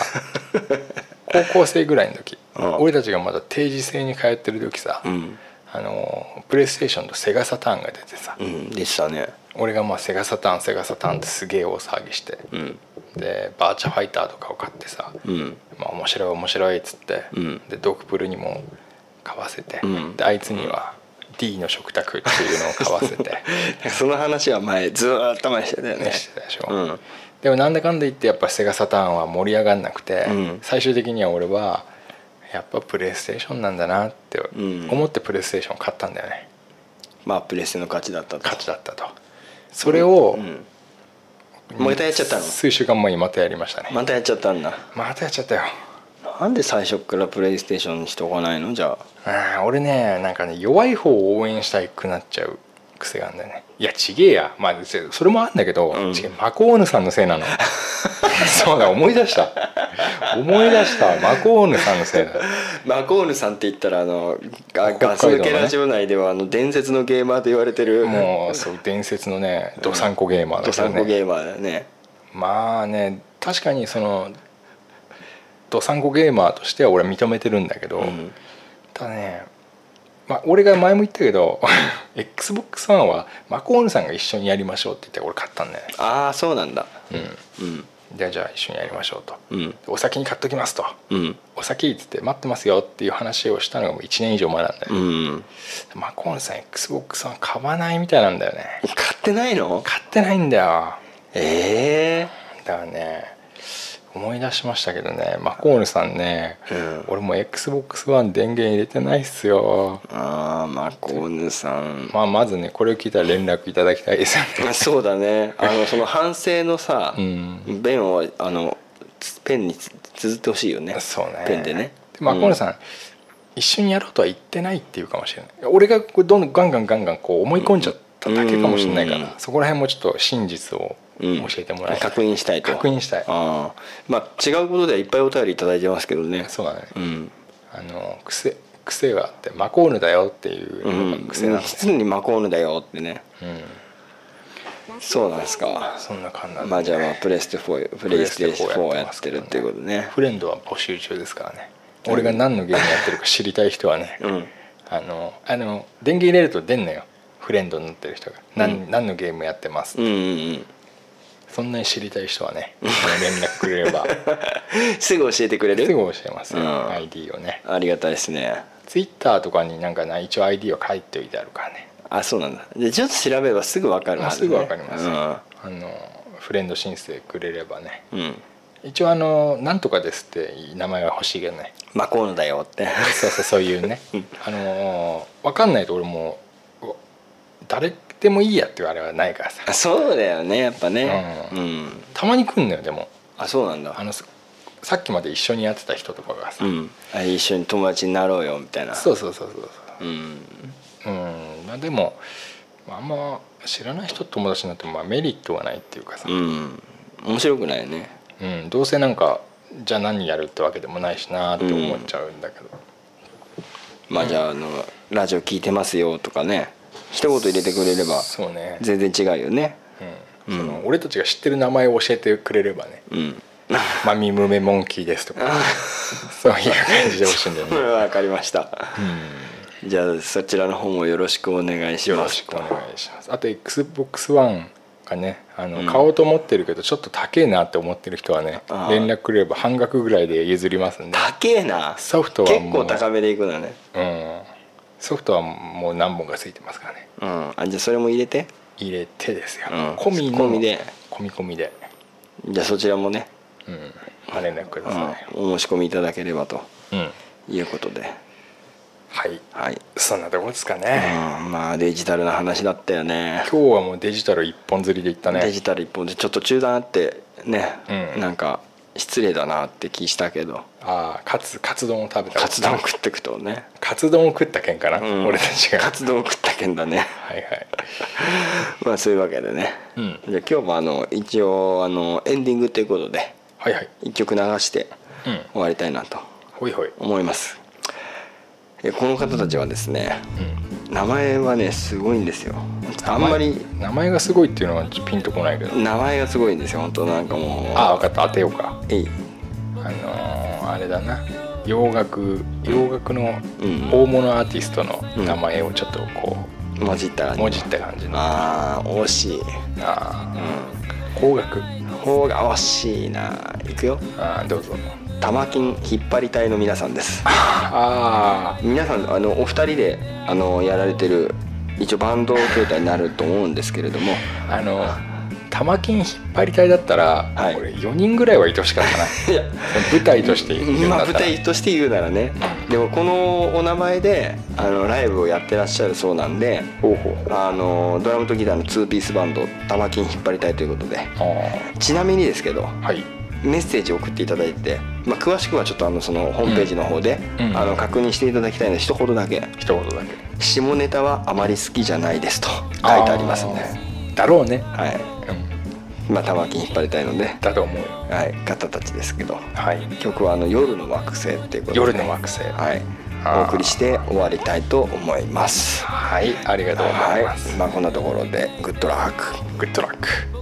Speaker 3: 高校生ぐらいの時、
Speaker 4: うん
Speaker 3: 俺たちがまだ定時制に通ってる時さ、
Speaker 4: うん
Speaker 3: あのプレイステーションとセガサターンが出てさ、
Speaker 4: うんでしたね
Speaker 3: 俺がまあセガサターンセガサターンってすげえ大騒ぎして、
Speaker 4: うん
Speaker 3: でバーチャファイターとかを買ってさ、
Speaker 4: うん
Speaker 3: まあ、面白い面白いっつって、
Speaker 4: うん
Speaker 3: でドクプルにも買わせて、
Speaker 4: うん
Speaker 3: であいつには D の食卓っていうのを買わせて
Speaker 4: その話は前ずーっと前にしてたよね
Speaker 3: ねしてたでしょ、
Speaker 4: うん
Speaker 3: でもなんだかんだ言ってやっぱセガサターンは盛り上がんなくて、
Speaker 4: うん
Speaker 3: 最終的には俺はやっぱプレイステーションなんだなって
Speaker 4: うん
Speaker 3: 思ってプレイステーションを買ったんだよね
Speaker 4: まあプレステの勝ちだったと
Speaker 3: 勝ちだったとそれを
Speaker 4: うんもう一回やっちゃったの
Speaker 3: 数週間前にまたやりましたね
Speaker 4: またやっちゃったんだ
Speaker 3: またやっちゃったよ
Speaker 4: なんで最初からプレイステーションにしておかないのじゃあ
Speaker 3: あー俺ねなんかね弱い方を応援したくなっちゃう癖があるんだよねいやちげえやまあせそれもあるんだけど、
Speaker 4: うん
Speaker 3: ちげえマコーヌさんのせいなの そうだ思い出した思い出したマコーヌさんのせいだ
Speaker 4: マコールさんって言ったらあのガ
Speaker 3: 北海道のね
Speaker 4: ガス抜けラジオ内ではあの伝説のゲーマーと言われてる
Speaker 3: もうそう伝説のねドサンコゲーマーだ
Speaker 4: ド
Speaker 3: か
Speaker 4: サ
Speaker 3: ら
Speaker 4: ンコ
Speaker 3: ね
Speaker 4: ゲーマーだよね
Speaker 3: まあね確かにそのドサンコゲーマーとしては俺は認めてるんだけど、
Speaker 4: うん
Speaker 3: ただね、まあ、俺が前も言ったけど XBOX1 はマコールさんが一緒にやりましょうって言って俺買ったんだよね
Speaker 4: ああそうなんだ
Speaker 3: じゃあじゃあ一緒にやりましょうと、
Speaker 4: うん
Speaker 3: お先に買っときますと、
Speaker 4: うん
Speaker 3: お先っつって待ってますよっていう話をしたのがもう1年以上前なんだよ、
Speaker 4: うん
Speaker 3: マコールさん XBOX1 買わないみたいなんだよね
Speaker 4: 買ってないの
Speaker 3: 買ってないんだよ
Speaker 4: え
Speaker 3: だからね思い出しましたけどねマコールさんね、
Speaker 4: うん
Speaker 3: 俺も XBOX1 電源入れてないっすよ
Speaker 4: え、ああマコーヌさん
Speaker 3: まあ、まずねこれを聞いたら連絡いただきたいです よね
Speaker 4: そうだねあのその反省のさ、
Speaker 3: うん
Speaker 4: 弁をあのつペンにつ綴ってほしいよね
Speaker 3: そうね
Speaker 4: ペンでね
Speaker 3: でマコールさん、一緒にやろうとは言ってないっていうかもしれない俺がこうどんどんガンガンガンガンこう思い込んじゃっただけかもしれないから、
Speaker 4: うん
Speaker 3: そこら辺もちょっと真実を教
Speaker 4: うん
Speaker 3: えてもらいたい、
Speaker 4: 確認したいと
Speaker 3: 確認したい
Speaker 4: ああまあ違うことではいっぱいお便りいただいてますけどね
Speaker 3: そうだね、
Speaker 4: うん
Speaker 3: あの癖癖があってマコールだよっていう
Speaker 4: う
Speaker 3: の
Speaker 4: ん
Speaker 3: が癖なんで、
Speaker 4: 常にマコーヌだよってね
Speaker 3: うん
Speaker 4: そうなんですか
Speaker 3: そんな感じなんで
Speaker 4: まあじゃあまあプレステ4プレイステーション4やってるっていうことね
Speaker 3: フレンドは募集中ですからね俺が何のゲームやってるか知りたい人はね、
Speaker 4: うん
Speaker 3: あのあの電源入れると出んのよフレンドになってる人が何,、ん、何のゲームやってます、
Speaker 4: うんうん
Speaker 3: そんなに知りたい人はね連絡くれれば
Speaker 4: うんすぐ 教えてくれ
Speaker 3: すぐ
Speaker 4: る
Speaker 3: 教えますよ、
Speaker 4: うん
Speaker 3: ID をね
Speaker 4: ありがたいですね
Speaker 3: Twitter とかになんかな一応 ID は書いておいてあるからね
Speaker 4: あそうなんだでちょっと調べればすぐ分かるは
Speaker 3: あ
Speaker 4: ず
Speaker 3: す
Speaker 4: ね
Speaker 3: ぐわかります、あのフレンド申請くれればね
Speaker 4: うんうん
Speaker 3: 一応あの「なんとかです」って名前は欲しいけどね
Speaker 4: マコーヌだよって
Speaker 3: そうそうそういう ね、あのーわかんないと俺もうう誰でもいいやっていうあれはないからさ
Speaker 4: あそうだよねやっぱね
Speaker 3: う
Speaker 4: うんん、
Speaker 3: たまに来んのよでも
Speaker 4: あそうなんだ
Speaker 3: あのささっきまで一緒にやってた人とかがさ、
Speaker 4: うんあ一緒に友達になろうよみたいな
Speaker 3: そううそうそうそう
Speaker 4: うん
Speaker 3: そううんまあでもまああんま知らない人と友達になってもまあメリットはないっていうかさ、
Speaker 4: う
Speaker 3: うん
Speaker 4: ん面白くないよね
Speaker 3: どうせなんかじゃあ何やるってわけでもないしなーって思っちゃうんだけど、
Speaker 4: まあじゃああのラジオ聞いてますよとかね一言入れてくれれば
Speaker 3: そうね、
Speaker 4: 全然違うよね
Speaker 3: うんその俺たちが知ってる名前を教えてくれればね
Speaker 4: うん
Speaker 3: 「マミムメモンキーです」と かそういう感じでほしいんだよね
Speaker 4: わかりましたじゃあそちらの方もよろしくお願いし
Speaker 3: よ
Speaker 4: ま
Speaker 3: ろし
Speaker 4: す
Speaker 3: くお願いしますあと XBOX1 がねあの、買おうと思ってるけどちょっと高えなって思ってる人はね
Speaker 4: あー
Speaker 3: 連絡くれれば半額ぐらいで譲りますんで、
Speaker 4: 高えな
Speaker 3: ソフトはもう
Speaker 4: 結構高めでいくのね
Speaker 3: うん、ソフトはもう何本かついてますからね
Speaker 4: うんあじゃあそれも入れて
Speaker 3: 入れてですよ、
Speaker 4: うん
Speaker 3: 込みの
Speaker 4: 込みで
Speaker 3: 込み込みで、
Speaker 4: じゃあそちらもね、
Speaker 3: うん、ご連絡く
Speaker 4: う
Speaker 3: だ
Speaker 4: ん
Speaker 3: さい、
Speaker 4: お申し込みいただければと
Speaker 3: うん
Speaker 4: いうことで
Speaker 3: はい
Speaker 4: はい、
Speaker 3: そんなところですかね、
Speaker 4: うん、まあデジタルな話だったよね
Speaker 3: 今日はもうデジタル一本釣りでいったね
Speaker 4: デジタル一本でちょっと中断あってね、
Speaker 3: うん
Speaker 4: なんか失礼だなって気したけど
Speaker 3: ああカツカツ丼を食べた
Speaker 4: カツ丼食ってくとね、
Speaker 3: カツ丼を食った件かな、
Speaker 4: うん
Speaker 3: 俺たちが
Speaker 4: カツ丼食ったけんだね
Speaker 3: はいはい
Speaker 4: まあそういうわけでね、
Speaker 3: うん
Speaker 4: じゃあ今日もあの一応あのエンディングということで
Speaker 3: はいはい
Speaker 4: 一曲流して
Speaker 3: うん
Speaker 4: 終わりたいなと
Speaker 3: ほいほい
Speaker 4: 思いますえこの方たちはですね、名前はねすごいんですよあんまり
Speaker 3: 名前がすごいっていうのはちょっとピンとこないけど
Speaker 4: 名前がすごいんですよ本当なんかもう
Speaker 3: ああ分かった当てようか
Speaker 4: えい
Speaker 3: あのーあれだな洋楽洋楽の
Speaker 4: うん
Speaker 3: 大物アーティストの名前をちょっとこ
Speaker 4: 文字ったら
Speaker 3: うもじった感じのあ
Speaker 4: ああ惜しい
Speaker 3: あー邦楽
Speaker 4: 方が惜しいないくよ
Speaker 3: あーどうぞ
Speaker 4: 玉金引っ張り隊の皆さんです
Speaker 3: あ
Speaker 4: 皆さんあのお二人であのやられてる一応バンド形態になると思うんですけれども
Speaker 3: ああの玉金引っ張り隊だったら、
Speaker 4: はい
Speaker 3: 俺4人ぐらいはいてほしかったなそ
Speaker 4: いや
Speaker 3: の舞台として言うん
Speaker 4: ま
Speaker 3: だ
Speaker 4: あ
Speaker 3: った
Speaker 4: 舞
Speaker 3: ら
Speaker 4: 台として言うならねでもこのお名前であのライブをやってらっしゃるそうなんで
Speaker 3: ほうほうほう
Speaker 4: あのドラムとギターのツーピースバンド玉金引っ張り隊ということで
Speaker 3: あ
Speaker 4: ちなみにですけど
Speaker 3: ーはい
Speaker 4: メッセージを送っていただいて、まあ、詳しくはちょっとあのそのホームページの方で、
Speaker 3: うん
Speaker 4: あの確認していただきたいので一言だけ
Speaker 3: 一言だけ
Speaker 4: 「下ネタはあまり好きじゃないです」と書いてありますんで、
Speaker 3: あーだろうね、
Speaker 4: はい
Speaker 3: うん、
Speaker 4: まあ、玉木に引っ張りたいので、
Speaker 3: だと思うよ
Speaker 4: はい、方たちですけど
Speaker 3: はい
Speaker 4: 曲はあの「夜の惑星」っていうことで
Speaker 3: 夜の惑星
Speaker 4: はい
Speaker 3: あー
Speaker 4: お送りして終わりたいと思います
Speaker 3: はいありがとうございます、
Speaker 4: はいまあ、こんなところでグッドラック
Speaker 3: グッドラック